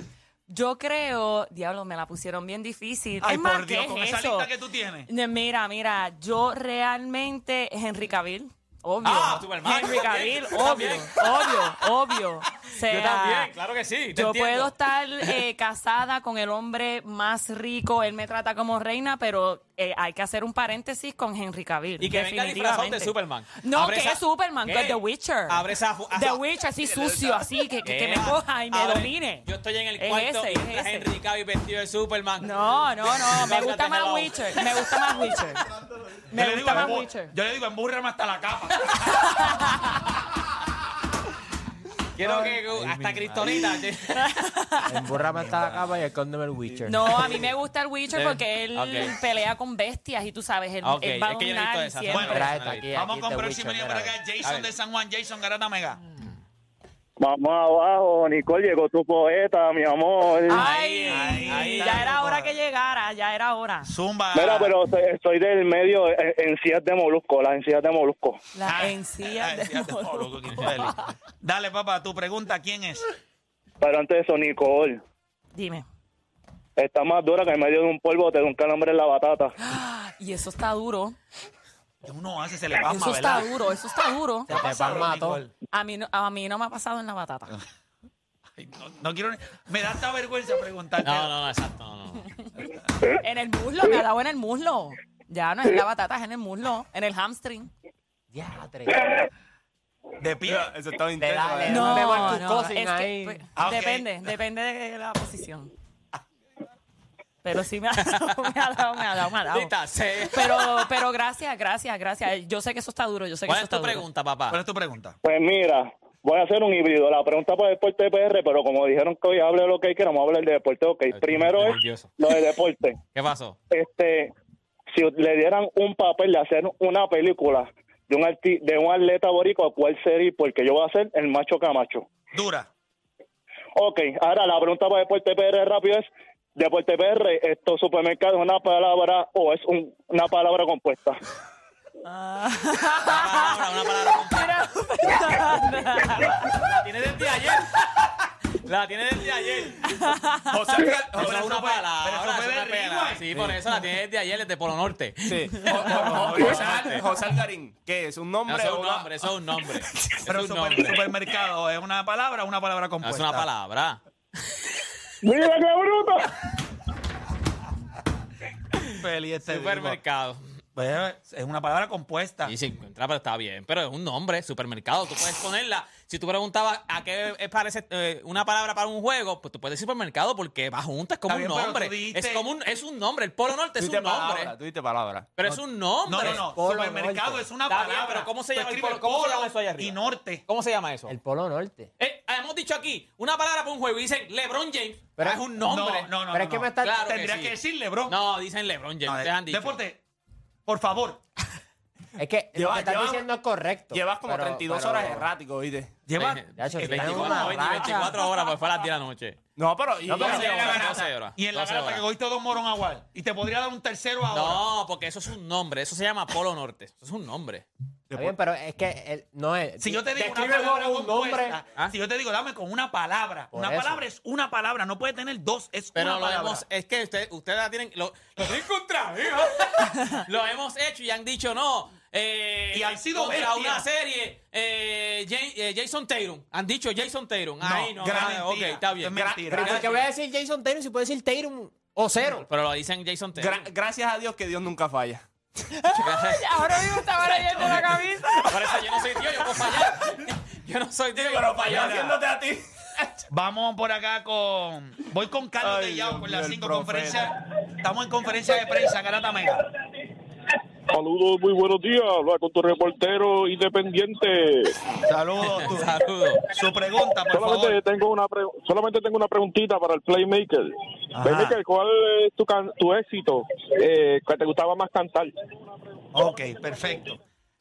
Speaker 4: Yo creo, diablo, me la pusieron bien difícil.
Speaker 1: Ay,
Speaker 4: es más,
Speaker 1: por Dios,
Speaker 4: ¿qué
Speaker 1: con
Speaker 4: es
Speaker 1: esa
Speaker 4: eso?
Speaker 1: lista que tú tienes.
Speaker 4: Ne- Mira, mira, yo realmente Henry Cavill, obvio.
Speaker 3: Ah, Superman,
Speaker 4: Henry
Speaker 3: yo
Speaker 4: Cavill,
Speaker 3: también, yo
Speaker 4: obvio,
Speaker 3: también.
Speaker 4: obvio, obvio. O sea,
Speaker 3: [LAUGHS] Yo también, claro que sí. te
Speaker 4: yo
Speaker 3: entiendo.
Speaker 4: puedo
Speaker 3: [LAUGHS]
Speaker 4: estar eh, casada con el hombre más rico, él me trata como reina, pero eh, hay que hacer un paréntesis con Henry Cavill.
Speaker 3: Y que venga disfrazado de Superman.
Speaker 4: No,
Speaker 3: Abre
Speaker 4: que
Speaker 3: esa-
Speaker 4: es Superman, que
Speaker 3: ¿Qué?
Speaker 4: es The Witcher.
Speaker 3: Abre esa fu-
Speaker 4: The
Speaker 3: esa-
Speaker 4: Witcher,
Speaker 3: [LAUGHS]
Speaker 4: así sucio, así, que, que- que me
Speaker 3: Eva,
Speaker 4: coja y me
Speaker 3: abre. [LAUGHS]
Speaker 4: domine.
Speaker 3: Yo estoy en el
Speaker 4: Es
Speaker 3: cuarto
Speaker 4: ese,
Speaker 3: y
Speaker 4: es
Speaker 3: entra
Speaker 4: ese.
Speaker 3: Henry Cavill vestido de Superman.
Speaker 4: No, no, no, me gusta
Speaker 3: Báilate,
Speaker 4: más
Speaker 3: hello.
Speaker 4: Witcher, me gusta
Speaker 3: [LAUGHS]
Speaker 4: más Witcher.
Speaker 1: Yo
Speaker 4: Me
Speaker 1: le
Speaker 4: gusta
Speaker 1: digo,
Speaker 4: más
Speaker 1: embu-
Speaker 4: Witcher.
Speaker 1: Yo le digo, embúrrame hasta la capa.
Speaker 3: Quiero que hasta Cristonita.
Speaker 5: Emburrame hasta la capa y escóndeme el Witcher.
Speaker 4: No, a mí me gusta el Witcher
Speaker 3: Eh,
Speaker 4: porque él
Speaker 3: ok.
Speaker 4: pelea con bestias y tú sabes, él,
Speaker 3: Ok,
Speaker 4: él va a
Speaker 3: es que yo no he visto
Speaker 4: dominar
Speaker 3: esa.
Speaker 4: siempre.
Speaker 1: Bueno,
Speaker 5: Trae esta aquí,
Speaker 1: Vamos
Speaker 5: aquí
Speaker 1: con
Speaker 5: The
Speaker 1: próximo
Speaker 5: Witcher,
Speaker 1: video para
Speaker 5: mira.
Speaker 1: acá.
Speaker 3: A
Speaker 1: Jason
Speaker 3: ver.
Speaker 1: de San Juan. Jason Garata Mega.
Speaker 6: Vamos abajo, Nicole, llegó tu poeta, mi amor.
Speaker 4: Ay,
Speaker 3: Ahí, ahí
Speaker 4: ya
Speaker 3: está,
Speaker 4: era hora que llegara, ya era hora.
Speaker 1: Zumba.
Speaker 6: Mira, pero soy, soy del medio eh, encías de molusco, las encías de molusco.
Speaker 4: La
Speaker 1: Ah,
Speaker 4: encía
Speaker 1: ah,
Speaker 4: de
Speaker 1: encías de
Speaker 4: Molucco.
Speaker 1: Molucco, qué infeliz. Dale, papá, tu pregunta, ¿quién es?
Speaker 6: Pero antes de eso, Nicole,
Speaker 4: Dime.
Speaker 6: está más dura que en medio de un polvo te da un calambre en la batata.
Speaker 4: Y eso está duro.
Speaker 1: Uno hace, se le va
Speaker 4: Eso está duro, eso está duro.
Speaker 5: Se te palmató.
Speaker 4: A mí, no, a mí no me ha pasado en la batata.
Speaker 1: No, no quiero. ni- Me da esta vergüenza preguntarte.
Speaker 3: No, no, no, exacto. No, no.
Speaker 4: ¿Eh? En el muslo, me ha dado en el muslo. Ya no es en la batata, es en el muslo, en el hamstring.
Speaker 5: Diatre.
Speaker 1: [LAUGHS] De pie.
Speaker 2: Eso estaba
Speaker 5: Le
Speaker 2: intenso.
Speaker 3: ¿eh?
Speaker 5: da, le da.
Speaker 4: No,
Speaker 5: Le va el
Speaker 4: Ah, no,
Speaker 5: tucosing
Speaker 4: es que,
Speaker 5: ahí.
Speaker 4: pues,
Speaker 1: Ah, ok.
Speaker 3: [LAUGHS]
Speaker 4: depende, depende de la posición. Pero sí [LAUGHS] me ha dado, me ha dado, me ha dado, me ha dado.
Speaker 3: Dita, se-
Speaker 4: Pero, pero gracias, gracias, gracias. Yo sé que eso está duro, yo sé que
Speaker 3: ¿Cuál
Speaker 4: eso
Speaker 3: es
Speaker 4: está
Speaker 3: tu
Speaker 4: duro.
Speaker 3: pregunta,
Speaker 1: ¿Cuál
Speaker 3: papá?
Speaker 1: es tu pregunta?
Speaker 6: Pues mira, voy a hacer un híbrido. La pregunta para deporte de PR, pero como dijeron que hoy hable lo que hay, queremos hablar de deporte. Ok,
Speaker 3: estoy
Speaker 6: primero es
Speaker 3: nervioso.
Speaker 6: lo de deporte.
Speaker 3: ¿Qué pasó?
Speaker 6: Este, si le dieran un papel de hacer una película de un, arti- de un atleta boricua, ¿cuál sería? Porque yo voy a ser el macho camacho.
Speaker 1: Dura.
Speaker 6: Ok, ahora la pregunta para Deporte PR rápido es, Deporte PR, ¿esto supermercado es una palabra o es un- una palabra compuesta?
Speaker 3: Una palabra, una palabra. La tiene desde ayer. La tiene desde ayer.
Speaker 2: José Alca-
Speaker 3: Eso es una
Speaker 1: fue-
Speaker 3: palabra.
Speaker 1: pero eso fue
Speaker 3: es una
Speaker 1: de
Speaker 3: pela.
Speaker 1: Rewind.
Speaker 3: Sí, por eso la tiene desde ayer, desde Polo Norte.
Speaker 2: Sí. Jo- jo- jo- eh. José Al- José Algarín. ¿Qué es? ¿Un
Speaker 3: No,
Speaker 2: nombre
Speaker 3: eso es
Speaker 2: o
Speaker 3: un
Speaker 2: una-
Speaker 3: nombre, eso es un nombre. Eso
Speaker 1: Pero
Speaker 3: es un
Speaker 1: super-
Speaker 3: nombre.
Speaker 1: supermercado, ¿es una palabra o una palabra
Speaker 3: No,
Speaker 1: compuesta?
Speaker 3: es una palabra.
Speaker 6: ¡Mira qué bruto!
Speaker 1: feliz este tipo.
Speaker 3: Supermercado.
Speaker 1: Bueno, Es una palabra compuesta.
Speaker 3: Y se encuentra, pero está bien. Pero es un nombre, supermercado. Tú puedes ponerla. Si tú preguntabas a qué es parece eh, una palabra para un juego, pues tú puedes decir supermercado porque va junta, es como
Speaker 1: Está bien,
Speaker 3: un
Speaker 1: pero
Speaker 3: nombre.
Speaker 1: tú dijiste-
Speaker 3: Es como un, es un nombre. El Polo Norte es un
Speaker 2: Tuviste palabra,
Speaker 3: nombre.
Speaker 2: tuviste palabra.
Speaker 3: Pero es un
Speaker 1: No,
Speaker 3: nombre.
Speaker 1: no, no.
Speaker 5: Polo
Speaker 1: Supermercado
Speaker 5: Norte.
Speaker 1: es una
Speaker 3: Está bien,
Speaker 1: palabra.
Speaker 3: pero ¿cómo se
Speaker 1: Tú
Speaker 3: llama el
Speaker 1: escribes
Speaker 3: polo? ¿Cómo se llama eso allá
Speaker 1: Y
Speaker 3: arriba?
Speaker 1: norte.
Speaker 3: ¿Cómo se llama eso?
Speaker 5: El Polo Norte.
Speaker 3: Eh, hemos dicho aquí una palabra para un juego y dicen LeBron James.
Speaker 5: Pero-
Speaker 3: Ah, es un nombre.
Speaker 1: No, no, no.
Speaker 5: Pero es
Speaker 1: no,
Speaker 5: que
Speaker 1: no.
Speaker 5: me está-
Speaker 3: Claro
Speaker 1: Tendrías
Speaker 3: que,
Speaker 1: que,
Speaker 3: sí.
Speaker 1: decirle, bro.
Speaker 3: No, dicen LeBron James.
Speaker 1: No,
Speaker 3: ustedes han dicho.
Speaker 1: Deporte, por favor.
Speaker 5: Es que
Speaker 2: Lleva-
Speaker 5: lo que estás
Speaker 2: lleva-
Speaker 5: diciendo es correcto.
Speaker 2: Llevas como
Speaker 5: pero-
Speaker 2: 32
Speaker 5: pero-
Speaker 2: horas errático, ¿viste?
Speaker 1: Lleva.
Speaker 3: [LAUGHS] Eh,
Speaker 5: Ya,
Speaker 3: eh,
Speaker 5: chicos,
Speaker 3: 24,
Speaker 5: una
Speaker 3: hoy ni 24 horas, pues fue a las 10 de la noche.
Speaker 2: No, pero. y-
Speaker 5: No, pero-
Speaker 1: y en la
Speaker 3: 12
Speaker 1: garata.
Speaker 3: horas,
Speaker 1: Y en la
Speaker 3: 12
Speaker 1: garata
Speaker 3: horas.
Speaker 1: que cogiste dos morón agua. Y te podría dar un tercero ahora.
Speaker 3: No, porque eso es un nombre. Eso se llama Polo Norte. Eso es un nombre.
Speaker 5: Está bien, pero es que él- no es.
Speaker 1: Si yo te digo una
Speaker 5: Describe el
Speaker 1: palabra
Speaker 5: juego, un nombre.
Speaker 1: compuesta,
Speaker 3: ¿Ah?
Speaker 1: si yo te digo, dame con una palabra.
Speaker 5: Por
Speaker 1: una
Speaker 5: eso.
Speaker 1: palabra es una palabra, no puede tener dos, es
Speaker 3: Pero
Speaker 1: una
Speaker 3: lo
Speaker 1: palabra.
Speaker 3: hemos. Es que ustedes ustedes la tienen. Lo, lo tienen contra, hijo. Lo hemos hecho y han dicho no. eh,
Speaker 1: Y han sido
Speaker 3: contra
Speaker 1: bestias.
Speaker 3: una serie. eh, Jay- eh, Jason Tatum. Han dicho Jason Tatum. Ahí no.
Speaker 1: gran
Speaker 3: ah,
Speaker 1: mentira.
Speaker 3: ok, está
Speaker 1: Es
Speaker 3: bien.
Speaker 1: mentira.
Speaker 5: Pero ¿por qué voy a decir Jason Tatum si puedo decir Tatum o cero?
Speaker 3: Pero lo dicen Jason Tatum.
Speaker 2: Gra- gracias a Dios que Dios nunca
Speaker 3: [LAUGHS]
Speaker 2: falla.
Speaker 4: Ahora mismo estaba leyendo la camisa.
Speaker 3: Por eso yo no soy tío, yo puedo fallar. Yo no soy tío. Pero
Speaker 2: haciéndote a ti.
Speaker 1: [LAUGHS] Vamos por acá con. Voy con Carlos
Speaker 2: Ay,
Speaker 1: de Yao
Speaker 2: Dios
Speaker 1: con
Speaker 2: mío,
Speaker 1: las
Speaker 2: el
Speaker 1: cinco
Speaker 2: profeta.
Speaker 1: conferencias. Estamos en conferencia de prensa, Garata Mega.
Speaker 6: Saludos, muy buenos días. Habla con tu reportero independiente.
Speaker 1: Saludos. tú.
Speaker 3: Saludos.
Speaker 1: Su pregunta, por
Speaker 6: Solamente
Speaker 1: favor.
Speaker 6: tengo, una pre- solamente tengo una preguntita para el Playmaker.
Speaker 1: Ajá.
Speaker 6: Playmaker, ¿cuál es tu, can- tu éxito eh, que te gustaba más cantar?
Speaker 1: Ok, perfecto.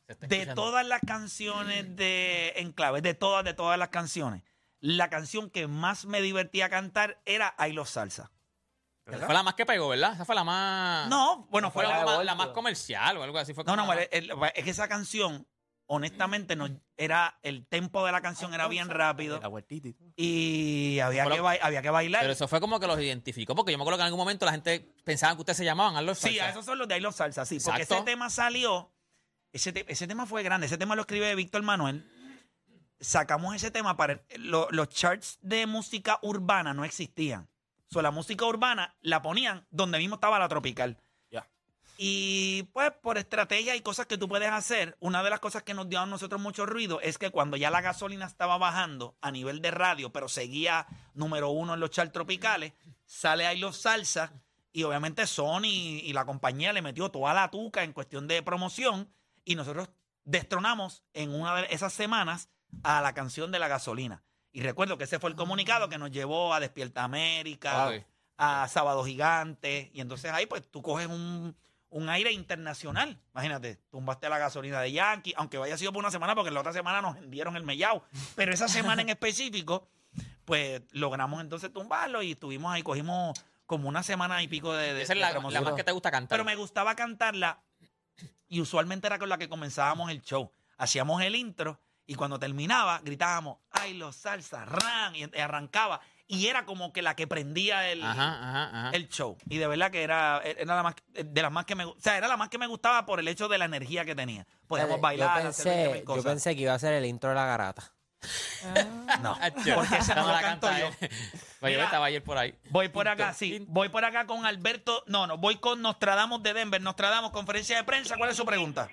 Speaker 1: De
Speaker 3: escuchando.
Speaker 1: todas las canciones de Enclave, de todas, de todas las canciones, la canción que más me divertía cantar era I Love Salsa.
Speaker 3: Esa fue la más que pegó, ¿verdad? Esa fue la más.
Speaker 1: No, bueno,
Speaker 3: fue
Speaker 1: fue
Speaker 3: la,
Speaker 1: la-
Speaker 3: más, la más comercial o algo así. Fue
Speaker 1: No,
Speaker 3: como
Speaker 1: no,
Speaker 3: la-
Speaker 1: el- el- es que esa canción, honestamente, no, era el tempo de la canción era bien rápido
Speaker 2: La vueltita y todo.
Speaker 1: y había
Speaker 3: Pero-
Speaker 1: que, bai- había que bailar.
Speaker 3: Pero eso fue como que los identificó, porque yo me acuerdo que en algún momento la gente pensaba que ustedes se llamaban Arlo
Speaker 1: Sí,
Speaker 3: Salsa.
Speaker 1: a esos son los de I Love Salsa, sí. Porque
Speaker 3: Exacto.
Speaker 1: ese tema salió, ese, te- ese tema fue grande, ese tema lo escribe Víctor Manuel. Sacamos ese tema para... el- lo- los charts de música urbana no existían. So, la música urbana la ponían donde mismo estaba la tropical.
Speaker 2: Ya.
Speaker 1: Y pues por estrategia y cosas que tú puedes hacer, una de las cosas que nos dio a nosotros mucho ruido es que cuando ya la gasolina estaba bajando a nivel de radio, pero seguía número uno en los charts tropicales, sale ahí los salsa y obviamente Sony y la compañía le metió toda la tuca en cuestión de promoción y nosotros destronamos en una de esas semanas a la canción de la gasolina. Y recuerdo que ese fue el comunicado que nos llevó a Despierta América,
Speaker 3: Ok.
Speaker 1: a Sábado Gigante. Y entonces ahí pues tú coges un, un aire internacional. Imagínate, tumbaste la gasolina de Yankee, aunque haya sido por una semana, porque la otra semana nos vendieron el mellao. Pero esa semana en específico, pues logramos entonces tumbarlo y estuvimos ahí, cogimos como una semana y pico de, de-
Speaker 3: Esa
Speaker 1: de
Speaker 3: es la, la
Speaker 1: promoción.
Speaker 3: más que te gusta cantar.
Speaker 1: Pero me gustaba cantarla y usualmente era con la que comenzábamos el show. Hacíamos el intro y cuando terminaba gritábamos, ¡ay, los salsa, ran! Y y arrancaba. Y era como que la que prendía el,
Speaker 3: Ajá, ajá, ajá.
Speaker 1: el show. Y de verdad que era, era la más, eh, de las más que me, gu- o sea, era la más que me gustaba por el hecho de la energía que tenía. Podíamos
Speaker 5: Dale,
Speaker 3: Eh,
Speaker 1: bailar,
Speaker 5: Yo
Speaker 1: hacer 20.000
Speaker 5: pensé, yo
Speaker 1: cosas.
Speaker 5: pensé que iba a ser el intro de la garata.
Speaker 1: No,
Speaker 3: Ah, yo-
Speaker 1: porque esa no
Speaker 3: la
Speaker 1: la canto
Speaker 3: canta
Speaker 1: yo.
Speaker 3: él. [LAUGHS] Pues yo
Speaker 1: Mira.
Speaker 3: estaba ayer por ahí.
Speaker 1: Voy por
Speaker 3: Tinto,
Speaker 1: acá, sí.
Speaker 3: tinto.
Speaker 1: Voy por acá con Alberto. No, no, voy con Nostradamus de Denver. Nostradamus, conferencia de prensa. ¿Cuál es su pregunta?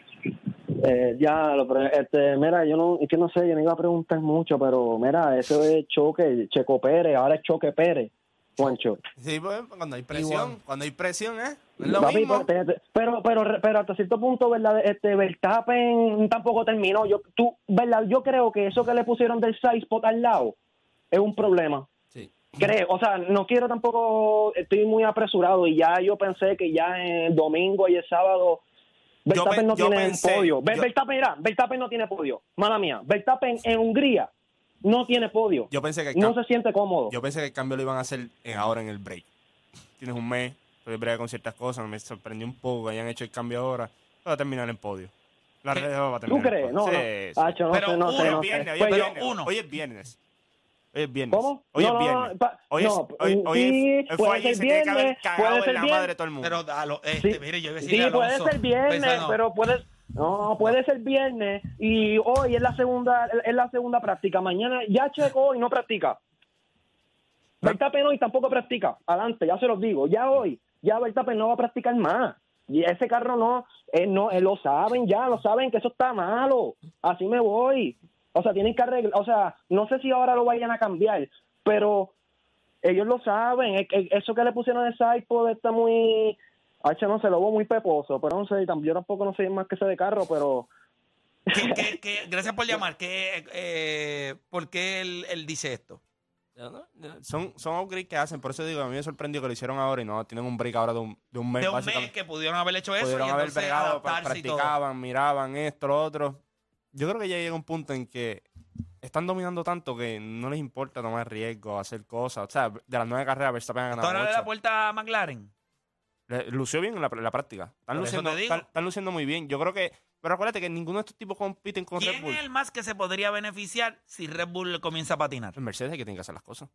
Speaker 7: Eh, ya, lo pre- este, mira, yo no, es que no sé, yo no iba a preguntar mucho, pero mira, eso es choque, Checo Pérez, ahora es Choque Pérez, Juancho.
Speaker 2: Sí, pues cuando hay presión,
Speaker 5: Igual.
Speaker 2: cuando hay presión, ¿eh? No es lo
Speaker 7: Papi,
Speaker 2: mismo.
Speaker 7: pero, pero, pero, pero hasta cierto punto, ¿verdad? Este, Verstappen tampoco terminó. Yo, tú, ¿verdad? Yo creo que eso que le pusieron del side spot al lado es un problema.
Speaker 2: Sí.
Speaker 7: Creo, o sea, no quiero tampoco, estoy muy apresurado y ya yo pensé que ya el domingo y el sábado Verstappen
Speaker 2: pe-
Speaker 7: no
Speaker 2: yo
Speaker 7: tiene
Speaker 2: pensé-
Speaker 7: podio. Ver-
Speaker 2: yo-
Speaker 7: Verstappen, mira, Verstappen no tiene podio. Mala mía. Verstappen en Hungría no tiene podio.
Speaker 2: Yo pensé que el
Speaker 7: no
Speaker 2: cam-
Speaker 7: se siente cómodo.
Speaker 2: Yo pensé que el cambio lo iban a hacer en- ahora en el break. Tienes un mes, estoy breve con ciertas cosas. Me sorprendió un poco que hayan hecho el cambio ahora. Va a terminar en podio. La red va a terminar.
Speaker 7: ¿Tú
Speaker 2: en
Speaker 7: crees?
Speaker 2: podio.
Speaker 7: No, no.
Speaker 2: Sí, sí.
Speaker 7: Hacho, no
Speaker 1: Pero
Speaker 7: sé, no
Speaker 1: uno
Speaker 7: sé,
Speaker 2: Hoy
Speaker 7: no
Speaker 2: es
Speaker 7: sé.
Speaker 2: viernes, hoy es
Speaker 7: Pues yo-
Speaker 2: viernes.
Speaker 1: uno.
Speaker 2: Hoy es viernes. Hoy es viernes.
Speaker 7: ¿Cómo?
Speaker 2: Hoy
Speaker 7: No,
Speaker 2: es
Speaker 7: no,
Speaker 2: viernes.
Speaker 7: no, pa-
Speaker 2: Hoy es,
Speaker 7: no,
Speaker 2: hoy, hoy
Speaker 7: sí,
Speaker 2: es, hoy fue
Speaker 7: puede
Speaker 2: ayer,
Speaker 7: ser
Speaker 2: se tiene que haber
Speaker 7: viernes,
Speaker 2: cagado
Speaker 7: puede
Speaker 2: en
Speaker 7: ser
Speaker 2: la
Speaker 7: viernes.
Speaker 2: madre de todo el mundo.
Speaker 1: Pero a lo, este,
Speaker 7: Sí.
Speaker 1: mire, yo iba a
Speaker 7: Sí,
Speaker 1: decir
Speaker 7: puede
Speaker 1: Alonso,
Speaker 7: ser viernes,
Speaker 1: pero no.
Speaker 7: pero puede no, puede ser viernes y hoy es la segunda es la segunda práctica. Mañana ya Checo hoy no practica. Verstappen hoy tampoco practica. Adelante, ya se los digo. Ya hoy ya Verstappen no va a practicar más. Y ese carro no, eh, no eh, lo saben ya, lo saben que eso está malo. Así me voy. O sea, tienen que arreglar, o sea, no sé si ahora lo vayan a cambiar, pero ellos lo saben. E- e- Eso que le pusieron de sidepod está muy, H no se lo veo muy peposo, pero no sé, tam- yo tampoco no sé más que sé de carro, pero
Speaker 1: ¿Qué- qué- qué- gracias por llamar. ¿Qué, eh, ¿Por qué él, él dice esto?
Speaker 2: No, no, Son, son upgrades que hacen, por eso digo, a mí me sorprendió que lo hicieron ahora y no, tienen un break ahora de un, de un mes.
Speaker 1: De un mes
Speaker 2: básicamente.
Speaker 1: que pudieron haber hecho eso
Speaker 2: Pudieron
Speaker 1: y
Speaker 2: haber
Speaker 1: entonces
Speaker 2: bregado, pa-
Speaker 1: adaptarse y todo.
Speaker 2: practicaban, miraban esto, lo otro. Yo creo que ya llega un punto en que están dominando tanto que no les importa tomar riesgos, hacer cosas. O sea, de las nueve carreras, Verstappen ha ganado
Speaker 1: Ahora le
Speaker 2: ocho.
Speaker 1: da puerta a McLaren.
Speaker 2: Le- Lució bien en la, en la práctica. Están
Speaker 1: Por eso
Speaker 2: luciendo,
Speaker 1: te digo.
Speaker 2: están, están luciendo muy bien. Yo creo que. Pero acuérdate que ninguno de estos tipos compiten con Red
Speaker 1: ¿Quién
Speaker 2: Bull.
Speaker 1: es el más que se podría beneficiar si Red Bull comienza a patinar?
Speaker 2: El Mercedes es el que tiene que hacer las cosas.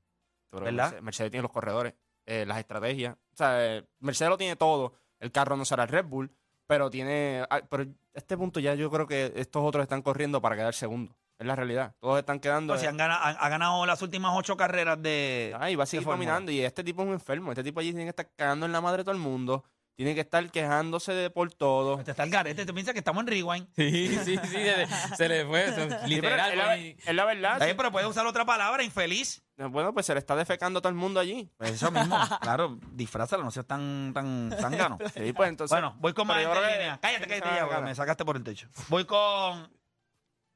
Speaker 2: Yo creo que
Speaker 1: ¿Verdad?
Speaker 2: Mercedes, Mercedes tiene los corredores, eh, las estrategias. O sea, eh, Mercedes lo tiene todo. El carro no será el Red Bull, pero tiene. ah, Pero a este punto ya yo creo que estos otros están corriendo para quedar segundo. Es la realidad. Todos están quedando.
Speaker 1: O sea, Pues han ganado, han- ha ganado las últimas ocho carreras de.
Speaker 2: Ah, y va a seguir
Speaker 1: de Fórmula.
Speaker 2: dominando. Y este tipo es un enfermo. Este tipo allí tiene que estar cagando en la madre de todo el mundo. Tiene que estar quejándose de por todo.
Speaker 1: Este está el garete, te piensas que estamos en rewind.
Speaker 3: [LAUGHS] Sí, sí, sí,
Speaker 1: [LAUGHS]
Speaker 3: se le, se le fue.
Speaker 2: Pues, Sí,
Speaker 3: se-
Speaker 2: pero
Speaker 3: literal,
Speaker 2: es, la,
Speaker 3: güey.
Speaker 2: es la verdad.
Speaker 1: Está bien, pero puedes usar otra palabra, infeliz.
Speaker 2: Bueno, pues se le está defecando a todo el mundo allí.
Speaker 1: Pues eso mismo, [LAUGHS] claro, disfrázalo, no seas tan, tan, tan gano.
Speaker 2: [LAUGHS] Sí, pues entonces.
Speaker 1: Bueno, voy con más
Speaker 2: pero yo
Speaker 1: gente
Speaker 2: creo
Speaker 1: en
Speaker 2: que-
Speaker 1: línea. Cállate, cállate
Speaker 2: Ah,
Speaker 1: ya, porque
Speaker 2: gana.
Speaker 1: me sacaste por el techo. Voy con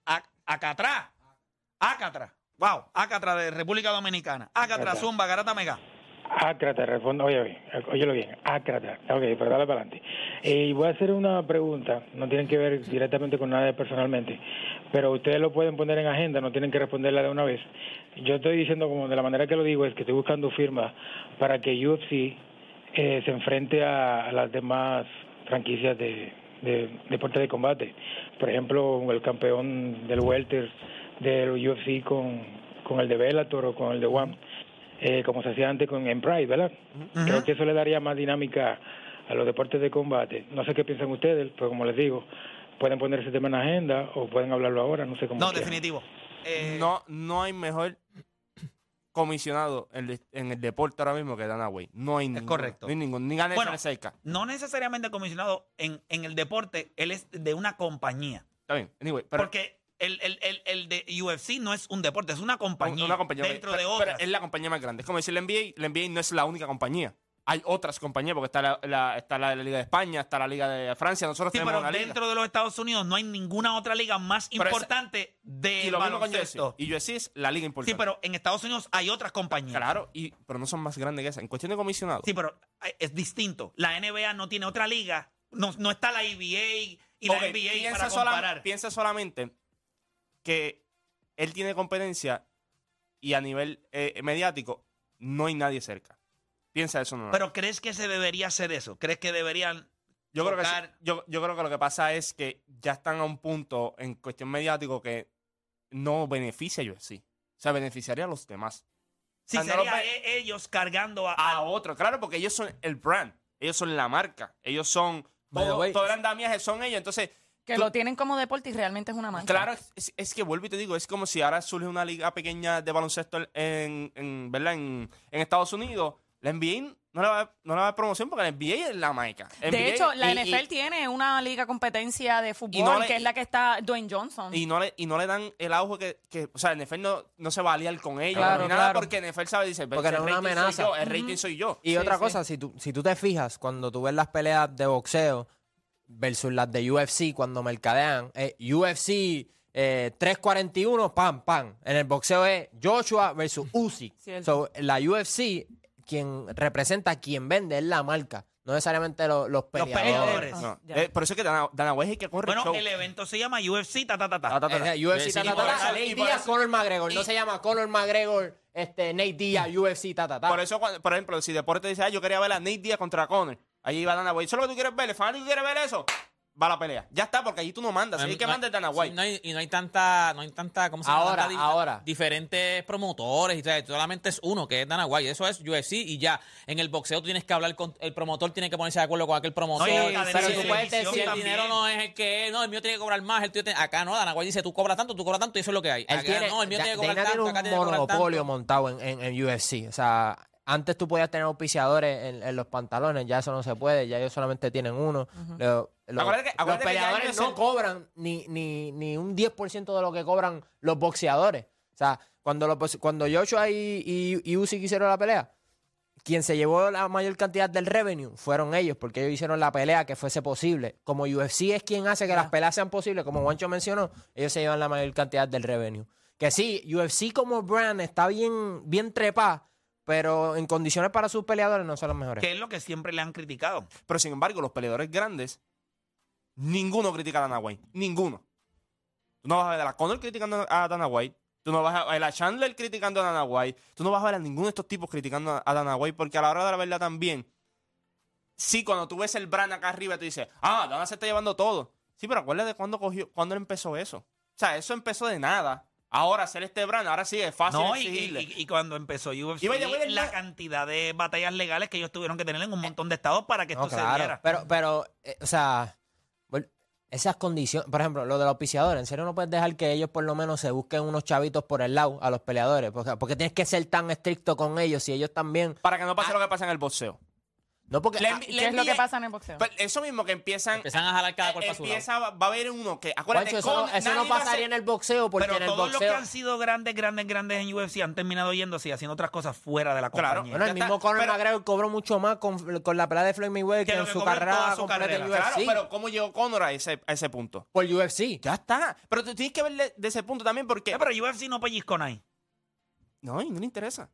Speaker 1: A- Acatra. Acatra. Wow, Acatra de República Dominicana. Acatra, Zumba, Garata Mega.
Speaker 8: Ácrata, respondo, oye, oye, óyelo bien, Ácrata, ok, pero dale para adelante. Y voy a hacer una pregunta, no tienen que ver directamente con nadie personalmente, pero ustedes lo pueden poner en agenda, no tienen que responderla de una vez. Yo estoy diciendo, como de la manera que lo digo, es que estoy buscando firmas para que UFC eh, se enfrente a, a las demás franquicias de, de deportes de combate. Por ejemplo, el campeón del Welter del UFC con, con el de Bellator o con el de One eh, como se hacía antes con en Pride, ¿verdad? Creo que eso le daría más dinámica a los deportes de combate. No sé qué piensan ustedes, pero como les digo, pueden poner ese tema en la agenda o pueden hablarlo ahora, no sé cómo.
Speaker 1: No,
Speaker 8: quieran.
Speaker 1: definitivo. Eh,
Speaker 2: no, no hay mejor comisionado en, el- en el deporte ahora mismo que Dana Way. No hay ninguno.
Speaker 1: correcto.
Speaker 2: No hay ninguno. Ni gana
Speaker 1: Bueno.
Speaker 2: cerca.
Speaker 1: No necesariamente comisionado en, en el deporte, él es de una compañía.
Speaker 2: Está bien. Anyway, pero
Speaker 1: porque el, el, el, el de UFC no es un deporte, es una compañía,
Speaker 2: una compañía.
Speaker 1: dentro
Speaker 2: pero-
Speaker 1: de
Speaker 2: pero
Speaker 1: otras.
Speaker 2: es la compañía más grande. Es como decir la NBA. La NBA no es la única compañía. Hay otras compañías, porque está la, la- está la, la Liga de España, está la Liga de Francia. Nosotros
Speaker 1: Sí,
Speaker 2: tenemos
Speaker 1: pero
Speaker 2: una liga.
Speaker 1: dentro de los Estados Unidos no hay ninguna otra liga más
Speaker 2: Pero esa-
Speaker 1: importante de
Speaker 2: y lo mismo con UFC.
Speaker 1: baloncesto.
Speaker 2: Y UFC es la liga
Speaker 1: Sí,
Speaker 2: importante.
Speaker 1: pero en Estados Unidos hay otras compañías.
Speaker 2: Claro, y, pero no son más grandes que esa. En cuestión de comisionados,
Speaker 1: Sí, pero eh, es distinto. La NBA no tiene otra liga. No, no está la NBA y
Speaker 2: Ok,
Speaker 1: la NBA
Speaker 2: piensa
Speaker 1: para
Speaker 2: sola-
Speaker 1: comparar.
Speaker 2: piensa solamente que él tiene competencia y a nivel eh, mediático no hay nadie cerca. Piensa eso no.
Speaker 1: Pero ¿crees que se debería hacer eso? ¿Crees que deberían...?
Speaker 2: yo creo que sí.
Speaker 1: tocar-
Speaker 2: yo, yo creo que lo que pasa es que ya están a un punto en cuestión mediático que no beneficia a UFC. O sea, beneficiaría a los demás.
Speaker 1: Si
Speaker 2: Ah, no lo
Speaker 1: sería
Speaker 2: ve-
Speaker 1: e- ellos cargando a...
Speaker 2: A otro, claro, porque ellos son el brand, ellos son la marca, ellos son
Speaker 5: By the
Speaker 2: todo,
Speaker 5: way,
Speaker 2: todo el andamiaje son ellos. Entonces,
Speaker 4: Que
Speaker 2: Tú-
Speaker 4: lo tienen como deporte y realmente es una mancha.
Speaker 2: Claro, es- es, es que vuelvo y te digo, es como si ahora surge una liga pequeña de baloncesto en, en, en- ¿verdad? en, en Estados Unidos. La NBA no le, va a, no le va a dar promoción porque la NBA es la maica. NBA
Speaker 4: De hecho, la
Speaker 2: y- y-
Speaker 4: NFL tiene una liga competencia de fútbol,
Speaker 2: no le-
Speaker 4: que es la que está Dwayne Johnson.
Speaker 2: Y no, le, y no le dan el auge que, que- o sea, la NFL no, no se va a aliar con ellos
Speaker 5: Claro,
Speaker 2: ni nada
Speaker 5: claro.
Speaker 2: porque NFL sabe, dice,
Speaker 5: Porque
Speaker 2: el
Speaker 5: era una
Speaker 2: rating soy
Speaker 5: amenaza.
Speaker 2: yo, el rating soy [LAUGHS] yo.
Speaker 5: Y otra cosa, si tú, si tú te fijas, cuando tú ves las peleas de boxeo versus las de UFC, cuando mercadean, eh, UFC eh, 341, pam, pam. En el boxeo es Joshua
Speaker 2: [LAUGHS]
Speaker 5: versus Uzi.
Speaker 4: Cierto.
Speaker 5: So, la UFC, quien representa, quien vende, es la marca. No necesariamente lo- los peleadores. Ah.
Speaker 1: peleadores.
Speaker 2: No.
Speaker 4: ya.
Speaker 2: Eh, por eso es que Dana, Dana White es el que corre
Speaker 1: Bueno,
Speaker 2: el show.
Speaker 1: el evento se llama UFC, ta, ta, ta, ta.
Speaker 2: Ta, ta, ta, ta.
Speaker 5: Eh, UFC,
Speaker 2: Sí,
Speaker 5: ta,
Speaker 2: y
Speaker 5: ta,
Speaker 2: por
Speaker 5: ta,
Speaker 2: eso-
Speaker 5: ta, Nate
Speaker 2: y por
Speaker 5: Diaz,
Speaker 2: eso-
Speaker 5: Conor McGregor.
Speaker 2: y-
Speaker 5: No se llama Conor McGregor, este, Nate Diaz, UFC, ta, ta, ta.
Speaker 2: Por eso, cuando- por ejemplo, si Deporte dice, ah, yo quería ver a Nate Diaz contra Conor, allí va Dana White. Solo que tú quieres ver, el fanático quiere ver eso, va a la pelea. Ya está, porque allí tú no mandas. Así que manda el Dana White.
Speaker 3: Sí, Em, no hay- y no hay tanta, no hay tanta, ¿cómo se llama?
Speaker 5: Ahora,
Speaker 3: Tanta di-
Speaker 5: ahora.
Speaker 3: Diferentes promotores y tal. Solamente es uno, que es Dana White. Eso es UFC y ya. En el boxeo tú tienes que hablar con el promotor, tiene que ponerse de acuerdo con aquel promotor.
Speaker 1: No, y la cadena
Speaker 3: Sí, sí,
Speaker 1: de
Speaker 3: sí.
Speaker 1: televisión
Speaker 3: Si el
Speaker 1: también.
Speaker 3: dinero no es el que es, no, el mío tiene que cobrar más, el tuyo tiene- Acá no, Dana White dice, tú cobras tanto, tú cobras tanto, y eso es lo que hay.
Speaker 5: Él
Speaker 3: Acá
Speaker 5: tiene,
Speaker 3: no, el mío
Speaker 5: Da-
Speaker 3: tiene que cobrar
Speaker 5: Dana
Speaker 3: tanto,
Speaker 5: tiene
Speaker 3: acá
Speaker 5: un
Speaker 3: tiene que cobrar tanto.
Speaker 5: monopolio montado en, en, en UFC. O sea, antes tú podías tener auspiciadores en, en los pantalones, ya eso no se puede, ya ellos solamente tienen uno. Lo- lo-
Speaker 2: Acuérdate que-
Speaker 5: los
Speaker 2: acuérdate que ya
Speaker 5: peleadores
Speaker 2: ellos
Speaker 5: no
Speaker 2: se-
Speaker 5: cobran ni, ni, ni un 10% de lo que cobran los boxeadores. O sea, cuando, los boxe- cuando Joshua y, y, y Usyk hicieron la pelea, quien se llevó la mayor cantidad del revenue fueron ellos, porque ellos hicieron la pelea que fuese posible. Como UFC es quien hace que las peleas sean posibles, como Juancho mencionó, ellos se llevan la mayor cantidad del revenue. Que sí, UFC como brand está bien, bien trepada, pero en condiciones para sus peleadores no son las mejores.
Speaker 1: Que es lo que siempre le han criticado.
Speaker 2: Pero sin embargo, los peleadores grandes, ninguno critica a Dana White. Ninguno. Tú no vas a ver a la Conor criticando a Dana White. Tú no vas a ver a Chandler criticando a Dana White. Tú no vas a ver a ninguno de estos tipos criticando a- a Dana White. Porque a la hora de la verdad también, sí, cuando tú ves el brand acá arriba, tú dices, ah, Dana se está llevando todo. Sí, pero acuérdate cuándo cogió, cuándo él empezó eso. O sea, eso empezó de nada. Ahora hacer este brand, ahora sí es fácil
Speaker 1: No, y,
Speaker 2: exigirle.
Speaker 1: y- y- y cuando empezó UFC,
Speaker 2: Y vaya, vaya, Eh.
Speaker 1: la
Speaker 2: no-
Speaker 1: cantidad de batallas legales que ellos tuvieron que tener en un montón de estados para que
Speaker 5: No,
Speaker 1: esto se diera.
Speaker 5: Pero, pero eh, o sea, vol- esas condiciones, por ejemplo, lo de los auspiciadores, en serio no puedes dejar que ellos por lo menos se busquen unos chavitos por el lado a los peleadores, porque, porque tienes que ser tan estricto con ellos y ellos también.
Speaker 2: Para que no
Speaker 1: Ah.
Speaker 2: pase lo que pasa en el boxeo.
Speaker 5: No porque
Speaker 2: Le
Speaker 5: ah,
Speaker 2: envi- le
Speaker 4: ¿Qué es lo que
Speaker 2: envié-
Speaker 4: pasa en el boxeo?
Speaker 2: Pero eso mismo que empiezan eh,
Speaker 3: Empiezan a jalar cada cuerpo a su lado.
Speaker 2: Empieza, va a haber uno que. Acuérdate,
Speaker 5: Juancho, eso, no,
Speaker 2: Conor-
Speaker 5: eso no
Speaker 2: nadie va a
Speaker 5: pasaría
Speaker 2: ser-
Speaker 5: en el boxeo, porque
Speaker 1: Pero
Speaker 5: en el
Speaker 1: todos los que
Speaker 5: boxeo.
Speaker 1: han sido grandes, grandes, grandes en UFC han terminado yéndose y haciendo otras cosas fuera de la
Speaker 2: Claro.
Speaker 1: compañía.
Speaker 5: Bueno, el
Speaker 2: Ya está,
Speaker 5: mismo Conor
Speaker 2: pero-
Speaker 5: McGregor cobró mucho más con, con la pelea de Floyd Mayweather que,
Speaker 1: Que lo
Speaker 5: en
Speaker 1: que
Speaker 5: su
Speaker 1: cobró en
Speaker 5: carrera
Speaker 1: toda su
Speaker 5: completa en UFC.
Speaker 1: carrera.
Speaker 2: Claro, pero ¿cómo llegó Conor a ese, a ese punto?
Speaker 5: por UFC.
Speaker 2: Ya está. Pero tú tienes que ver de, de ese punto también porque.
Speaker 1: Eh, pero UFC no pellizcona ahí.
Speaker 2: No, y no le interesa.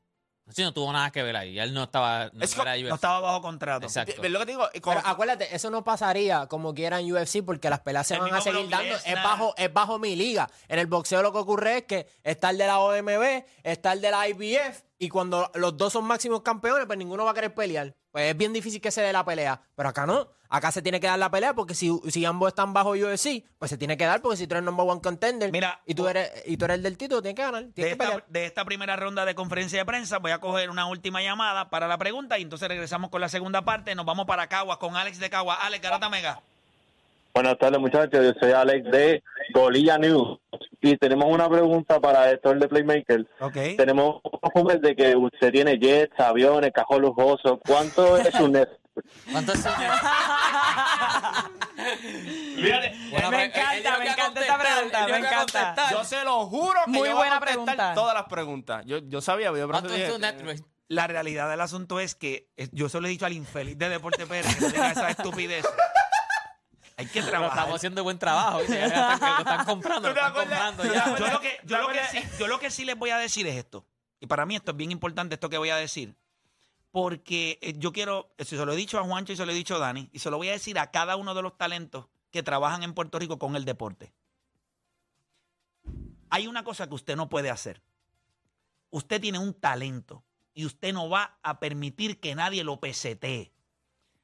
Speaker 3: Sí, no tuvo nada que ver ahí. Él no estaba. No
Speaker 2: Es co-
Speaker 3: era UFC.
Speaker 1: No estaba bajo contrato.
Speaker 3: Exacto.
Speaker 2: ¿Ves lo que te digo? Eh,
Speaker 5: Pero
Speaker 2: Conor-
Speaker 5: acuérdate, eso no pasaría como quiera en UFC porque las peleas se
Speaker 1: El
Speaker 5: van a
Speaker 1: mismo
Speaker 5: seguir
Speaker 1: Brock
Speaker 5: dando.
Speaker 1: Lesnar.
Speaker 5: Es bajo, es bajo mi liga. En el boxeo lo que ocurre es que está el de la OMB, está el de la IBF y cuando los dos son máximos campeones, pues ninguno va a querer pelear. Pues es bien difícil que se dé la pelea. Pero acá no. Acá se tiene que dar la pelea porque si, si ambos están bajo UFC, pues se tiene que dar porque si tú eres number one contender
Speaker 1: Mira,
Speaker 5: y, tú eres, y tú eres el del título, tienes que ganar.
Speaker 1: De
Speaker 5: Tienes que
Speaker 1: esta,
Speaker 5: pelear.
Speaker 1: de esta primera ronda de conferencia de prensa voy a coger una última llamada para la pregunta y entonces regresamos con la segunda parte. Nos vamos para Caguas con Alex de Caguas. Alex Garata Mega.
Speaker 6: Buenas tardes, muchachos. Yo soy Alex de Golilla News. Y tenemos una pregunta para Héctor de Playmaker. Tenemos rumores de que usted tiene jets, aviones, cajón lujoso. ¿Cuánto es su net?
Speaker 3: ¿Cuánto es su- Bueno,
Speaker 4: me
Speaker 3: él- él
Speaker 4: encanta,
Speaker 3: iba
Speaker 4: me encanta
Speaker 3: a
Speaker 4: esta
Speaker 3: contestar,
Speaker 4: pregunta,
Speaker 3: él iba
Speaker 4: me
Speaker 3: a
Speaker 4: encanta.
Speaker 3: contestar.
Speaker 2: Yo se lo juro que
Speaker 4: Muy buena
Speaker 2: yo voy a contestar
Speaker 4: pregunta.
Speaker 2: todas las preguntas. Yo, yo sabía, yo por eso
Speaker 3: ¿Cuánto es tu
Speaker 2: dije,
Speaker 3: net rate?
Speaker 1: La realidad del asunto es que eh, yo se lo he dicho al infeliz de Deporte Pérez que no tenga esa estupidez. Hay que
Speaker 3: Pero
Speaker 1: trabajar.
Speaker 3: estamos haciendo buen trabajo. ¿viste? Ya están, lo están comprando,
Speaker 2: [LAUGHS] ¿Tú
Speaker 3: lo
Speaker 2: te
Speaker 3: están
Speaker 2: acuerdas?
Speaker 3: comprando ya.
Speaker 1: yo, lo que, yo, lo que sí, yo lo que sí les voy a decir es esto. Y para mí esto es bien importante, esto que voy a decir. Porque eh, yo quiero, eh, se lo he dicho a Juancho y se lo he dicho a Dani, y se lo voy a decir a cada uno de los talentos que trabajan en Puerto Rico con el deporte. Hay una cosa que usted no puede hacer. Usted tiene un talento y usted no va a permitir que nadie lo pesetee.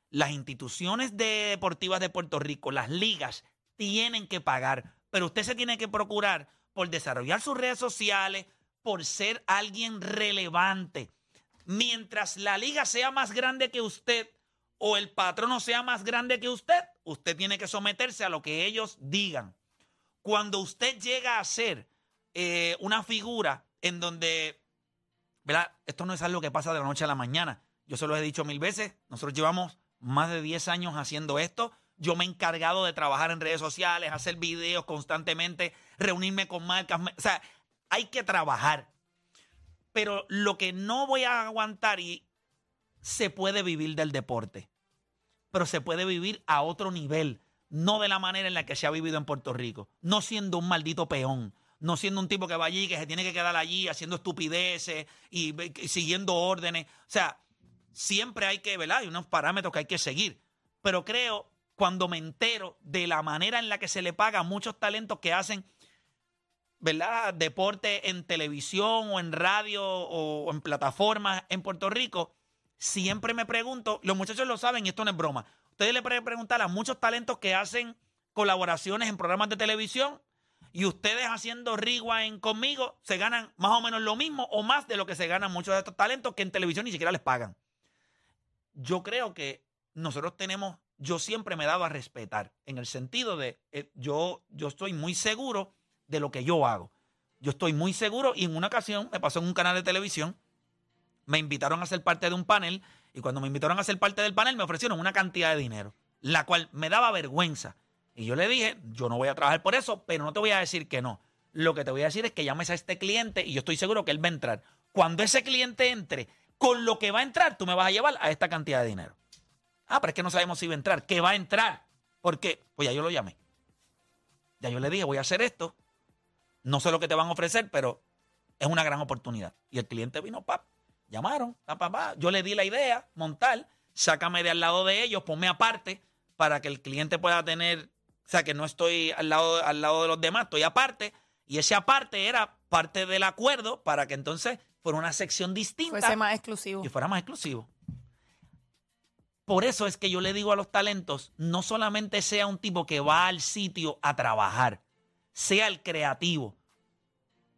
Speaker 1: Las instituciones de- deportivas de Puerto Rico, las ligas, tienen que pagar, pero usted se tiene que procurar por desarrollar sus redes sociales, por ser alguien relevante. Mientras la liga sea más grande que usted o el patrono sea más grande que usted, usted tiene que someterse a lo que ellos digan. Cuando usted llega a ser eh, una figura en donde ¿verdad? Esto no es algo que pasa de la noche a la mañana. Yo se lo he dicho mil veces. Nosotros llevamos más de 10 años haciendo esto. Yo me he encargado de trabajar en redes sociales, hacer videos constantemente, reunirme con marcas. Me- O sea, hay que trabajar. Pero lo que no voy a aguantar y se puede vivir del deporte, pero se puede vivir a otro nivel, no de la manera en la que se ha vivido en Puerto Rico, no siendo un maldito peón, no siendo un tipo que va allí, que se tiene que quedar allí haciendo estupideces y, ve- y siguiendo órdenes. O sea, siempre hay que, ¿verdad? Hay unos parámetros que hay que seguir. Pero creo, cuando me entero de la manera en la que se le paga a muchos talentos que hacen ¿verdad? Deporte en televisión o en radio o en plataformas en Puerto Rico, siempre me pregunto, los muchachos lo saben y esto no es broma. Ustedes le pueden preguntar a muchos talentos que hacen colaboraciones en programas de televisión y ustedes haciendo rewind conmigo se ganan más o menos lo mismo o más de lo que se ganan muchos de estos talentos que en televisión ni siquiera les pagan. Yo creo que nosotros tenemos, yo siempre me he dado a respetar en el sentido de eh, yo, yo estoy muy seguro de lo que yo hago. Yo estoy muy seguro y en una ocasión me pasó en un canal de televisión, me invitaron a ser parte de un panel y cuando me invitaron a ser parte del panel me ofrecieron una cantidad de dinero, la cual me daba vergüenza. Y yo le dije, yo no voy a trabajar por eso, pero no te voy a decir que no. Lo que te voy a decir es que llames a este cliente y yo estoy seguro que él va a entrar. Cuando ese cliente entre, con lo que va a entrar, tú me vas a llevar a esta cantidad de dinero. Ah, pero es que no sabemos si va a entrar. ¿Qué va a entrar? Porque, pues ya yo lo llamé. Ya yo le dije, voy a hacer esto. No sé lo que te van a ofrecer, pero es una gran oportunidad. Y el cliente vino, pap, llamaron, pa, pa, pa. yo le di la idea, montar, sácame de al lado de ellos, ponme aparte para que el cliente pueda tener, o sea, que no estoy al lado, al lado de los demás, estoy aparte. Y ese aparte era parte del acuerdo para que entonces fuera una sección distinta
Speaker 4: Fuese más exclusivo.
Speaker 1: y fuera más exclusivo. Por eso es que yo le digo a los talentos, no solamente sea un tipo que va al sitio a trabajar, sea el creativo.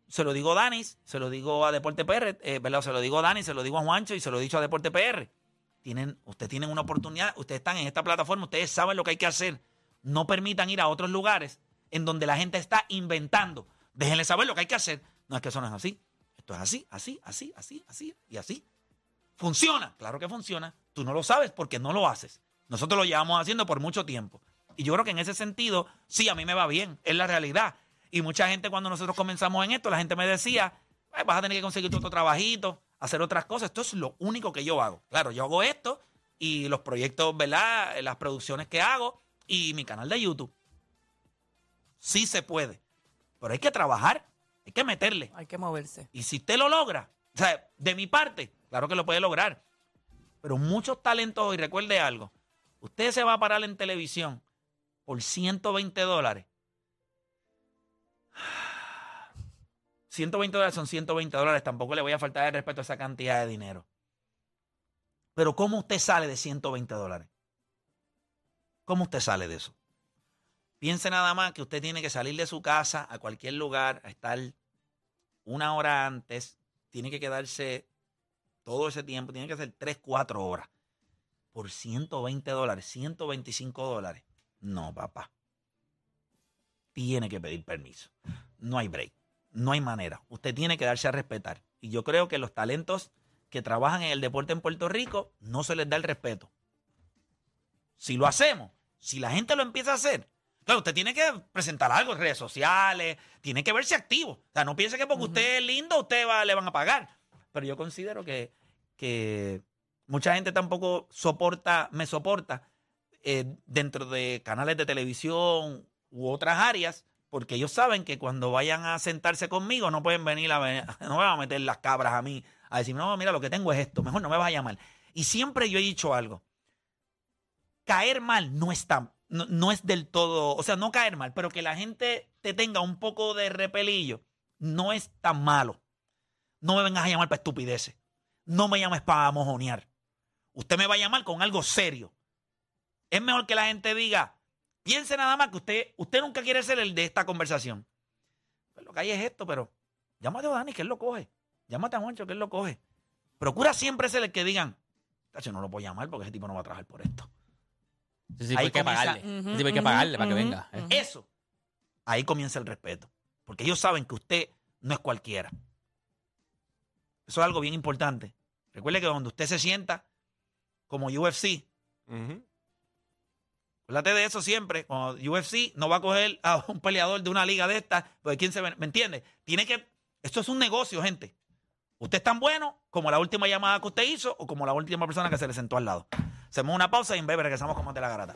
Speaker 1: Se lo digo a Danis, se lo digo a Deporte PR, eh, ¿verdad? Se lo digo a Danis, se lo digo a Juancho y se lo he dicho a Deporte PR. Tienen, ustedes tienen una oportunidad, ustedes están en esta plataforma, ustedes saben lo que hay que hacer. No permitan ir a otros lugares en donde la gente está inventando. Déjenle saber lo que hay que hacer. No es que eso no es así. Esto es así, así, así, así, así y así. ¿Funciona? Claro que funciona. Tú no lo sabes porque no lo haces. Nosotros lo llevamos haciendo por mucho tiempo. Y yo creo que en ese sentido, sí, a mí me va bien. Es la realidad. Y mucha gente cuando nosotros comenzamos en esto, la gente me decía, "Ay, vas a tener que conseguir tu otro trabajito, hacer otras cosas. Esto es lo único que yo hago. Claro, yo hago esto y los proyectos, ¿verdad? Las producciones que hago y mi canal de YouTube. Sí se puede. Pero hay que trabajar. Hay que meterle.
Speaker 4: Hay que moverse.
Speaker 1: Y si usted lo logra, o sea, de mi parte, claro que lo puede lograr. Pero muchos talentos hoy, recuerde algo, usted se va a parar en televisión por 120 dólares. [SIGHS] 120 dólares son 120 dólares, tampoco le voy a faltar el respeto a esa cantidad de dinero. Pero ¿cómo usted sale de 120 dólares? ¿Cómo usted sale de eso? Piense nada más que usted tiene que salir de su casa a cualquier lugar, a estar una hora antes, tiene que quedarse todo ese tiempo, tiene que ser 3, 4 horas. Por 120 dólares, 125 dólares. No, papá. Tiene que pedir permiso. No hay break. No hay manera. Usted tiene que darse a respetar. Y yo creo que los talentos que trabajan en el deporte en Puerto Rico no se les da el respeto. Si lo hacemos, si la gente lo empieza a hacer, claro, usted tiene que presentar algo en redes sociales, tiene que verse activo. O sea, no piense que porque usted es lindo, usted va- le van a pagar. Pero yo considero que, que mucha gente tampoco soporta, me soporta eh, dentro de canales de televisión u otras áreas, porque ellos saben que cuando vayan a sentarse conmigo no pueden venir a ver- [LAUGHS] no me van a meter las cabras a mí, a decir, no, mira, lo que tengo es esto, mejor no me vas a llamar. Y siempre yo he dicho algo, caer mal no está, no, no es del todo, o sea, no caer mal, pero que la gente te tenga un poco de repelillo, no es tan malo. No me vengas a llamar para estupideces. No me llames para mojonear. Usted me va a llamar con algo serio. Es mejor que la gente diga, piense nada más que usted, usted nunca quiere ser el de esta conversación. Pues lo que hay es esto, pero llámate a Dani, que él lo coge. Llámate a Juancho, que él lo coge. Procura siempre ser el que digan, "Tacho, no lo puedo llamar porque ese tipo no va a trabajar por esto.
Speaker 3: Sí, sí,
Speaker 1: Ahí
Speaker 3: hay que
Speaker 1: comienza-
Speaker 3: pagarle.
Speaker 4: Ujú,
Speaker 3: Sí, hay que
Speaker 4: ujú,
Speaker 3: pagarle para que
Speaker 4: ujú,
Speaker 3: venga. ¿eh?
Speaker 4: ujú.
Speaker 1: Eso, ahí comienza el respeto. Porque ellos saben que usted no es cualquiera. Eso es algo bien importante. Recuerde que donde usted se sienta como UFC,
Speaker 2: Ujú.
Speaker 1: Acuérdate de eso siempre. Cuando UFC no va a coger a un peleador de una liga de estas, pues quién se ve- me entiende. Tiene que esto es un negocio, gente. Usted es tan bueno como la última llamada que usted hizo o como la última persona que se le sentó al lado. Hacemos una pausa y en breve regresamos con más de la garata.